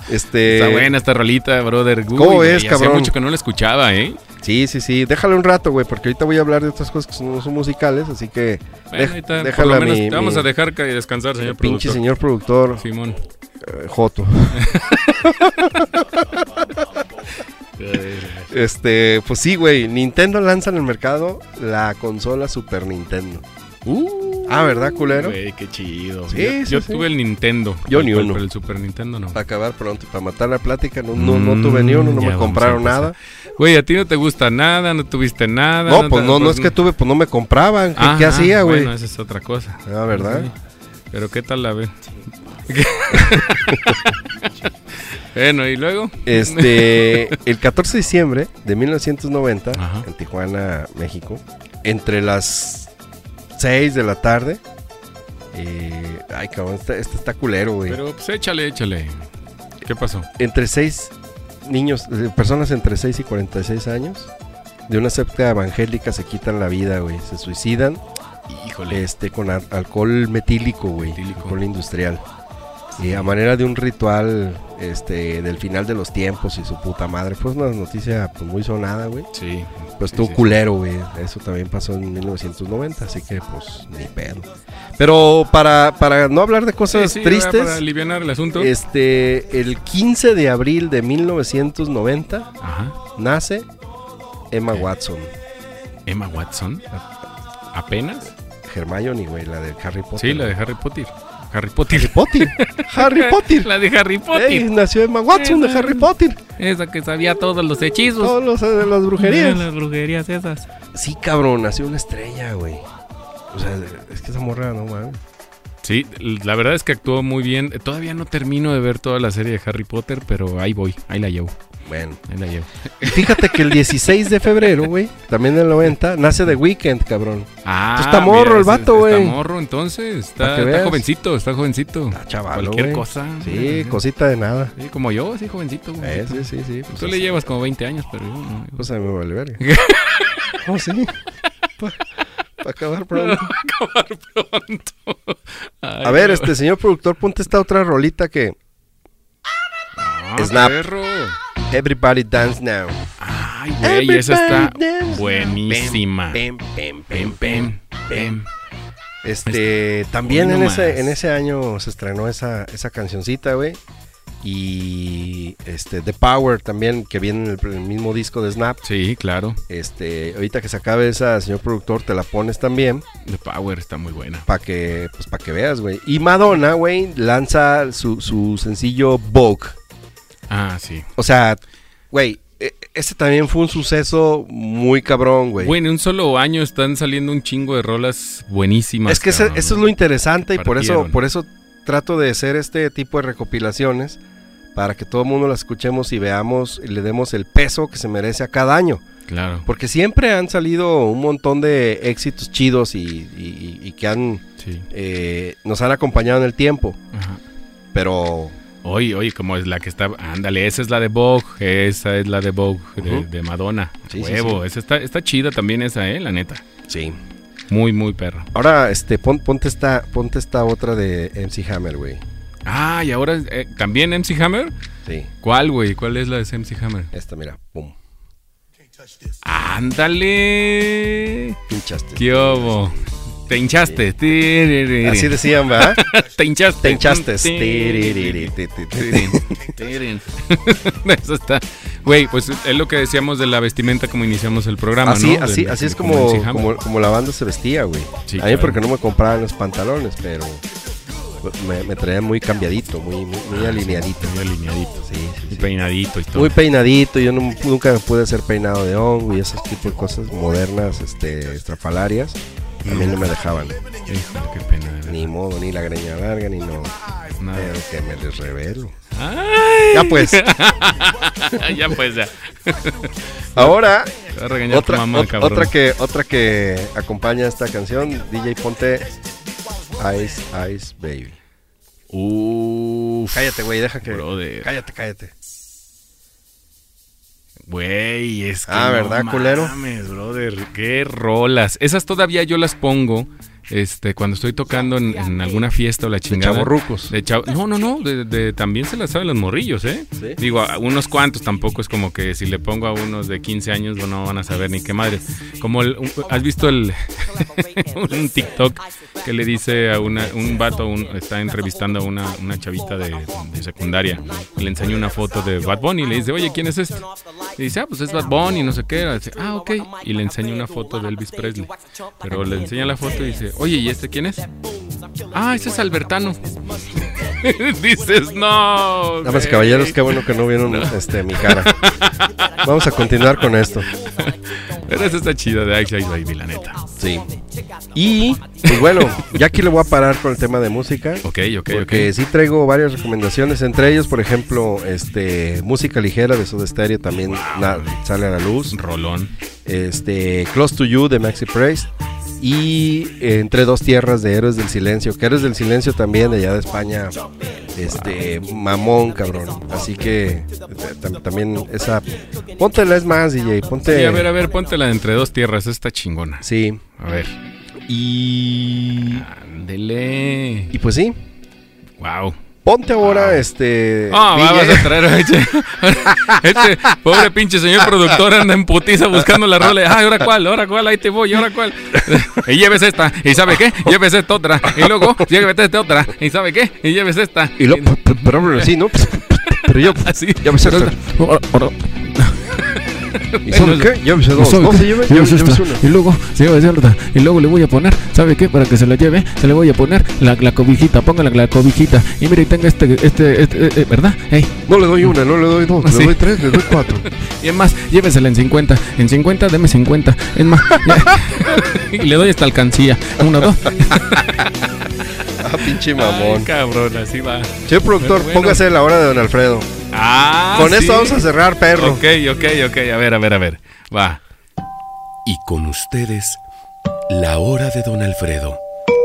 Speaker 1: Este.
Speaker 2: Está buena esta rolita, brother. Uy,
Speaker 1: ¿Cómo
Speaker 2: güey,
Speaker 1: ves,
Speaker 2: Hace
Speaker 1: cabrón?
Speaker 2: mucho que no la escuchaba, ¿eh?
Speaker 1: Sí, sí, sí. Déjale un rato, güey, porque ahorita voy a hablar de otras cosas que no son musicales, así que.
Speaker 2: Bueno,
Speaker 1: dej-
Speaker 2: ahorita, por
Speaker 1: déjala
Speaker 2: lo menos
Speaker 1: mi-
Speaker 2: te vamos
Speaker 1: mi-
Speaker 2: a dejar ca- descansar, señor
Speaker 1: Pinche
Speaker 2: productor.
Speaker 1: señor productor
Speaker 2: Simón.
Speaker 1: eh,
Speaker 2: [laughs]
Speaker 1: Joto. Este, pues sí, güey. Nintendo lanza en el mercado la consola Super Nintendo.
Speaker 2: Uh,
Speaker 1: Ah, ¿verdad, culero?
Speaker 2: Güey, qué chido.
Speaker 1: Sí,
Speaker 2: yo
Speaker 1: sí,
Speaker 2: yo
Speaker 1: sí.
Speaker 2: tuve el Nintendo.
Speaker 1: Yo ni
Speaker 2: pero-
Speaker 1: uno.
Speaker 2: Pero el Super Nintendo no.
Speaker 1: Para acabar pronto, para matar la plática, no, no, no
Speaker 2: Mm,
Speaker 1: tuve ni uno, no
Speaker 2: ya
Speaker 1: me
Speaker 2: vamos a
Speaker 1: compraron
Speaker 2: empezar.
Speaker 1: nada.
Speaker 2: Güey, a ti no te gusta nada, no tuviste nada.
Speaker 1: No, pues
Speaker 2: te-
Speaker 1: no, no es que tuve, pues no me compraban. ¿Qué,
Speaker 2: Ah,
Speaker 1: qué hacía, güey?
Speaker 2: Bueno, esa es otra cosa.
Speaker 1: Ah, ¿verdad?
Speaker 2: Sí. Pero qué tal la ve. [laughs] bueno, y luego.
Speaker 1: Este, el 14 de diciembre de 1990,
Speaker 2: Ajá.
Speaker 1: en Tijuana, México, entre las 6 de la tarde. eh, ay, cabrón, este, este está culero, güey.
Speaker 2: Pero pues échale, échale. ¿Qué pasó?
Speaker 1: Entre 6 niños, eh, personas entre 6 y 46 años, de una secta evangélica se quitan la vida, güey. Se suicidan
Speaker 2: Híjole.
Speaker 1: este, con al- alcohol metílico, güey.
Speaker 2: Metílico.
Speaker 1: Alcohol industrial. Y a manera de un ritual este, del final de los tiempos y su puta madre. Pues una noticia pues, muy sonada, güey.
Speaker 2: Sí.
Speaker 1: Pues
Speaker 2: Sí,
Speaker 1: tú
Speaker 2: sí.
Speaker 1: culero, güey. Eso también pasó en 1990, así que pues ni pedo. Pero para, para no hablar de
Speaker 2: Sí,
Speaker 1: cosas
Speaker 2: sí,
Speaker 1: tristes,
Speaker 2: Para aliviar el asunto.
Speaker 1: este, el 15 de abril de 1990
Speaker 2: Ajá.
Speaker 1: nace Emma
Speaker 2: Ok.
Speaker 1: Watson.
Speaker 2: Emma Watson. ¿Apenas?
Speaker 1: Hermione, güey, la de Harry Potter.
Speaker 2: Sí, la de Harry Potter. Harry Potter.
Speaker 1: Harry Potter. Harry Potter.
Speaker 2: [laughs] La de Harry Potter.
Speaker 1: Ey, nació Emma Watson de Harry Potter.
Speaker 2: Esa que sabía todos los hechizos.
Speaker 1: Todos los, eh, las brujerías.
Speaker 2: Las brujerías esas.
Speaker 1: Sí, cabrón, nació una estrella, güey. O sea, es que esa morra, no mames.
Speaker 2: Sí, la verdad es que actuó muy bien. Todavía no termino de ver toda la serie de Harry Potter, pero ahí voy, ahí la llevo,
Speaker 1: Bueno.
Speaker 2: ahí la llevo.
Speaker 1: Y fíjate que el 16 de febrero, güey, también del 90, nace The Weeknd, cabrón.
Speaker 2: Ah,
Speaker 1: Está morro el
Speaker 2: ese-
Speaker 1: vato, güey.
Speaker 2: Está morro entonces,
Speaker 1: Para
Speaker 2: está,
Speaker 1: que
Speaker 2: está
Speaker 1: veas.
Speaker 2: jovencito, está jovencito.
Speaker 1: Ah, chaval,
Speaker 2: Cualquier
Speaker 1: güey.
Speaker 2: cosa.
Speaker 1: Sí,
Speaker 2: Mira,
Speaker 1: cosita de nada.
Speaker 2: sí, como yo, sí, jovencito.
Speaker 1: Eh,
Speaker 2: jovencito.
Speaker 1: sí, sí, sí. Pues,
Speaker 2: Tú le
Speaker 1: así,
Speaker 2: llevas como 20 años, pero yo no.
Speaker 1: pues a mí me vale
Speaker 2: [laughs]
Speaker 1: verga. Oh, sí. Para
Speaker 2: [laughs]
Speaker 1: acabar pronto.
Speaker 2: acabar pronto. Ay,
Speaker 1: A ver,
Speaker 2: no.
Speaker 1: este señor productor, ponte esta otra rolita que
Speaker 2: Ah,
Speaker 1: Snap.
Speaker 2: perro.
Speaker 1: Everybody Dance Now.
Speaker 2: Ay, güey, esa está
Speaker 1: Everybody dance now.
Speaker 2: buenísima.
Speaker 1: Pem, pem, pem,
Speaker 2: Pem,
Speaker 1: pem, pem.
Speaker 2: pem, pem.
Speaker 1: Este, también
Speaker 2: Hoy
Speaker 1: en
Speaker 2: nomás.
Speaker 1: ese, en ese año se estrenó esa, esa cancioncita, güey. Y este, The Power también, que viene en el, en el mismo disco de Snap.
Speaker 2: Sí, claro.
Speaker 1: Este, ahorita que se acabe esa, señor productor, te la pones también
Speaker 2: The Power está muy buena.
Speaker 1: para que, pues, pa' que veas, güey. Y Madonna, güey, lanza su, su sencillo Vogue.
Speaker 2: Ah, sí.
Speaker 1: O sea, güey, e- ese también fue un suceso muy cabrón, güey.
Speaker 2: Bueno, en un solo año están saliendo un chingo de rolas buenísimas.
Speaker 1: Es que ese-
Speaker 2: cabrón.
Speaker 1: eso es lo interesante y por eso,
Speaker 2: Partieron.
Speaker 1: por eso trato de hacer este tipo de recopilaciones para que todo el mundo las escuchemos y veamos y le demos el peso que se merece a cada año.
Speaker 2: Claro,
Speaker 1: Porque siempre han salido un montón de éxitos chidos y, y- y- y que han,
Speaker 2: sí.
Speaker 1: eh, nos han acompañado en el tiempo.
Speaker 2: Ajá.
Speaker 1: Pero
Speaker 2: Oye, oye, como es la que está. Ándale, esa es la de Vogue. Esa es la de Vogue de,
Speaker 1: Ujú.
Speaker 2: de Madonna.
Speaker 1: Sí, sí,
Speaker 2: Huevo. Esa está, está chida también, esa, ¿eh? La neta.
Speaker 1: sí.
Speaker 2: Muy, muy perra.
Speaker 1: Ahora, este, pon- ponte esta, ponte esta otra de MC Hammer, güey.
Speaker 2: Ah, y ahora eh, también MC Hammer.
Speaker 1: Sí,
Speaker 2: ¿Cuál, güey? ¿Cuál es la de MC Hammer?
Speaker 1: esta, mira, pum,
Speaker 2: Ándale.
Speaker 1: pinchaste.
Speaker 2: ¿Qué hubo? Te hinchaste.
Speaker 1: Así decían, ¿verdad?
Speaker 2: [laughs] Te hinchaste.
Speaker 1: Te hinchaste.
Speaker 2: Eso está. Güey, pues es lo que decíamos de la vestimenta como iniciamos el programa,
Speaker 1: Así,
Speaker 2: ¿no?
Speaker 1: así,
Speaker 2: De-
Speaker 1: así es
Speaker 2: como
Speaker 1: como,
Speaker 2: ensijamos.
Speaker 1: como, como la banda se vestía, güey.
Speaker 2: Sí,
Speaker 1: a mí
Speaker 2: claro.
Speaker 1: porque no me compraban los pantalones, pero me, me traía muy cambiadito, muy, muy,
Speaker 2: Ah,
Speaker 1: muy alineadito.
Speaker 2: Muy alineadito.
Speaker 1: Sí, sí,
Speaker 2: Y
Speaker 1: sí.
Speaker 2: peinadito y todo.
Speaker 1: Muy peinadito, yo nu- nunca pude hacer peinado de hongo y ese tipo de cosas modernas, este, estrafalarias. También
Speaker 2: Mm.
Speaker 1: no me dejaban,
Speaker 2: Híjole, qué pena. de verdad.
Speaker 1: ni modo, ni la greña larga, ni no.
Speaker 2: Nada.
Speaker 1: Pero que me les revelo.
Speaker 2: Ay.
Speaker 1: Ya pues,
Speaker 2: ya pues, ya.
Speaker 1: ahora
Speaker 2: Te va a regañar tu
Speaker 1: otra,
Speaker 2: mamá,
Speaker 1: ot-
Speaker 2: cabrón.
Speaker 1: otra que otra que acompaña esta canción, DJ Ponte Ice Ice Baby.
Speaker 2: Uf.
Speaker 1: Cállate, güey, deja que
Speaker 2: Brother.
Speaker 1: Cállate, cállate.
Speaker 2: Güey, es que.
Speaker 1: Ah, ¿verdad, culero?
Speaker 2: Mames, brother, qué rolas. Esas todavía yo las pongo. Este, cuando estoy tocando en, en alguna fiesta o la
Speaker 1: De
Speaker 2: chingada.
Speaker 1: chavorrucos.
Speaker 2: De chavo- no, no, no, de, de- también se las saben los morrillos, ¿eh?
Speaker 1: Sí.
Speaker 2: Digo, a unos cuantos tampoco es como que si le pongo a unos de 15 años bueno, no van a saber ni qué madre. Como el- un- has visto el [laughs] un TikTok que le dice a una, un vato, un- está entrevistando a una, una chavita de, de secundaria, y le enseña una foto de Bad Bunny y le dice, oye, ¿quién es este? Y dice, ah, pues es Bad Bunny, no sé qué. Dice, ah, ok. Y le enseña una foto de Elvis Presley. Pero le enseña la foto y dice, oye, ¿y este quién es? Ah, ese es Albertano. [laughs] Dices, no.
Speaker 1: Damas y
Speaker 2: güey".
Speaker 1: caballeros, qué bueno que no vieron
Speaker 2: [laughs]
Speaker 1: este mi cara. Vamos a continuar con esto.
Speaker 2: Pero esa está chida de Ice Ice Baby, la neta.
Speaker 1: Sí. Y pues bueno, ya aquí le voy a parar con el tema de música.
Speaker 2: Ok, ok, ok.
Speaker 1: Porque sí traigo varias recomendaciones, entre ellos, por ejemplo, este música ligera de Soda Stereo también na- sale a la luz.
Speaker 2: Rolón.
Speaker 1: este Close to You de Maxi Price y eh, Entre dos tierras de Héroes del Silencio, que Héroes del Silencio también de allá de España, este mamón cabrón, así que eh, tam- también esa póntela es más DJ, ponte
Speaker 2: Sí, a ver, a ver, póntela de entre dos tierras, esta chingona.
Speaker 1: Sí,
Speaker 2: A ver.
Speaker 1: y
Speaker 2: Ándele.
Speaker 1: y pues sí,
Speaker 2: Wow.
Speaker 1: ponte ahora
Speaker 2: Ah.
Speaker 1: este
Speaker 2: Ah,
Speaker 1: DJ.
Speaker 2: vas a traer a [laughs] este, este pobre pinche señor productor anda en putiza buscando la rola. Ah, ¿ahora cuál? ¿Ahora cuál? Ahí te voy, ¿ahora cuál? Y lleves esta. ¿Y sabe qué? Lleves esta otra. Y luego, llévete esta otra. ¿Y sabe qué? Y lleves esta.
Speaker 1: y lo p- p- pero sí, ¿no? Pero [laughs] yo
Speaker 2: [laughs] Así.
Speaker 1: ya me sé
Speaker 2: Pero-
Speaker 1: [laughs] ¿Y son qué? Yo me sé dos. No, sí, yo [laughs] me- yo me- yo me sé uno.
Speaker 4: Y luego se lleva cierta. Y luego le voy a poner, ¿sabe qué? Para que se la lleve, se le voy a poner la, la cobijita. Póngala la cobijita. Y mire, tenga este, este, este, eh, eh, ¿verdad? Ey,
Speaker 1: No le doy una, no le doy dos,
Speaker 4: Sí.
Speaker 1: le doy tres, le doy cuatro.
Speaker 4: y es más, llévesela en 50. En 50, deme 50. Es más, y le doy esta alcancía. Uno,
Speaker 2: [laughs]
Speaker 4: dos.
Speaker 1: [laughs] Ah, pinche
Speaker 2: Ay,
Speaker 1: mamón.
Speaker 2: cabrón, así va.
Speaker 1: Señor productor,
Speaker 2: Pero bueno.
Speaker 1: póngase la hora de Don Alfredo.
Speaker 2: Ah,
Speaker 1: Con
Speaker 2: sí.
Speaker 1: esto vamos a cerrar, perro.
Speaker 2: Ok, ok, ok. A ver, a ver, a ver. Va.
Speaker 5: Y con ustedes, la hora de Don Alfredo,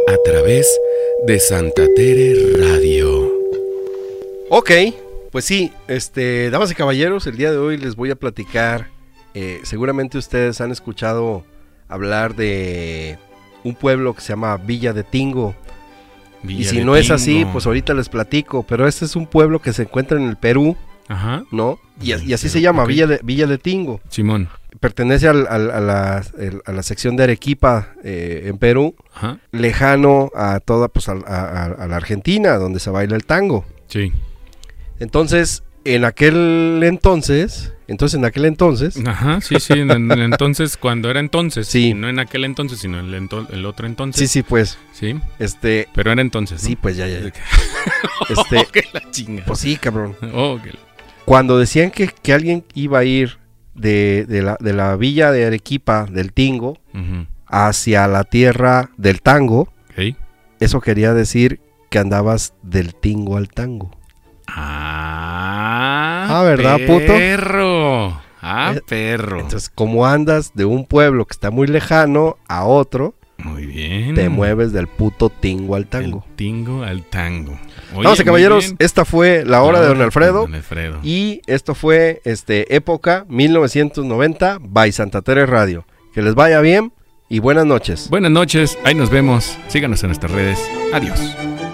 Speaker 5: a través de Santa Tere Radio.
Speaker 1: Ok, pues sí, este, damas y caballeros, el día de hoy les voy a platicar. eh, seguramente ustedes han escuchado hablar de un pueblo que se llama Villa de Tingo. y
Speaker 2: Villa
Speaker 1: si
Speaker 2: de
Speaker 1: no es así,
Speaker 2: Tingo.
Speaker 1: pues ahorita les platico. Pero este es un pueblo que se encuentra en el Perú,
Speaker 2: Ajá.
Speaker 1: ¿no? Y, a- y así
Speaker 2: Pero,
Speaker 1: se llama,
Speaker 2: ok.
Speaker 1: Villa, de, Villa de Tingo.
Speaker 2: Simón.
Speaker 1: Pertenece al- al- a, la, el- a la sección de Arequipa eh, en Perú.
Speaker 2: Ajá.
Speaker 1: lejano a toda, pues a, a- a- a la Argentina, donde se baila el tango.
Speaker 2: Sí.
Speaker 1: Entonces, en aquel entonces, entonces en aquel entonces,
Speaker 2: Ajá, sí, sí, en, en el entonces, cuando era entonces.
Speaker 1: Sí.
Speaker 2: No en aquel entonces, sino el, ento- el otro
Speaker 1: sí,
Speaker 2: entonces.
Speaker 1: sí, pues,
Speaker 2: Sí.
Speaker 1: este,
Speaker 2: pero era entonces.
Speaker 1: sí,
Speaker 2: ¿no?
Speaker 1: pues ya, ya, ya. este,
Speaker 2: Oh, [laughs] que la chinga.
Speaker 1: pues sí, cabrón.
Speaker 2: Oh, que la-
Speaker 1: Cuando decían que, que alguien iba a ir de, de la, de la villa de Arequipa, del Tingo,
Speaker 2: Ujú.
Speaker 1: hacia la tierra del tango,
Speaker 2: Ok.
Speaker 1: eso quería decir que andabas del tingo al tango.
Speaker 2: Ah,
Speaker 1: Ah, ¿verdad, puto?
Speaker 2: Perro. Ah,
Speaker 1: Eh,
Speaker 2: perro.
Speaker 1: Entonces, como andas de un pueblo que está muy lejano a otro,
Speaker 2: Muy bien.
Speaker 1: te mueves del puto tingo al tango.
Speaker 2: Del tingo al tango. Oye,
Speaker 1: Vamos,
Speaker 2: muy
Speaker 1: caballeros,
Speaker 2: bien.
Speaker 1: esta fue la hora de Don Alfredo.
Speaker 2: Don Alfredo.
Speaker 1: Y esto fue este, Época 1990 by Santa Teresa Radio. Que les vaya bien y buenas noches.
Speaker 2: Buenas noches, ahí nos vemos. Síganos en nuestras redes. Adiós.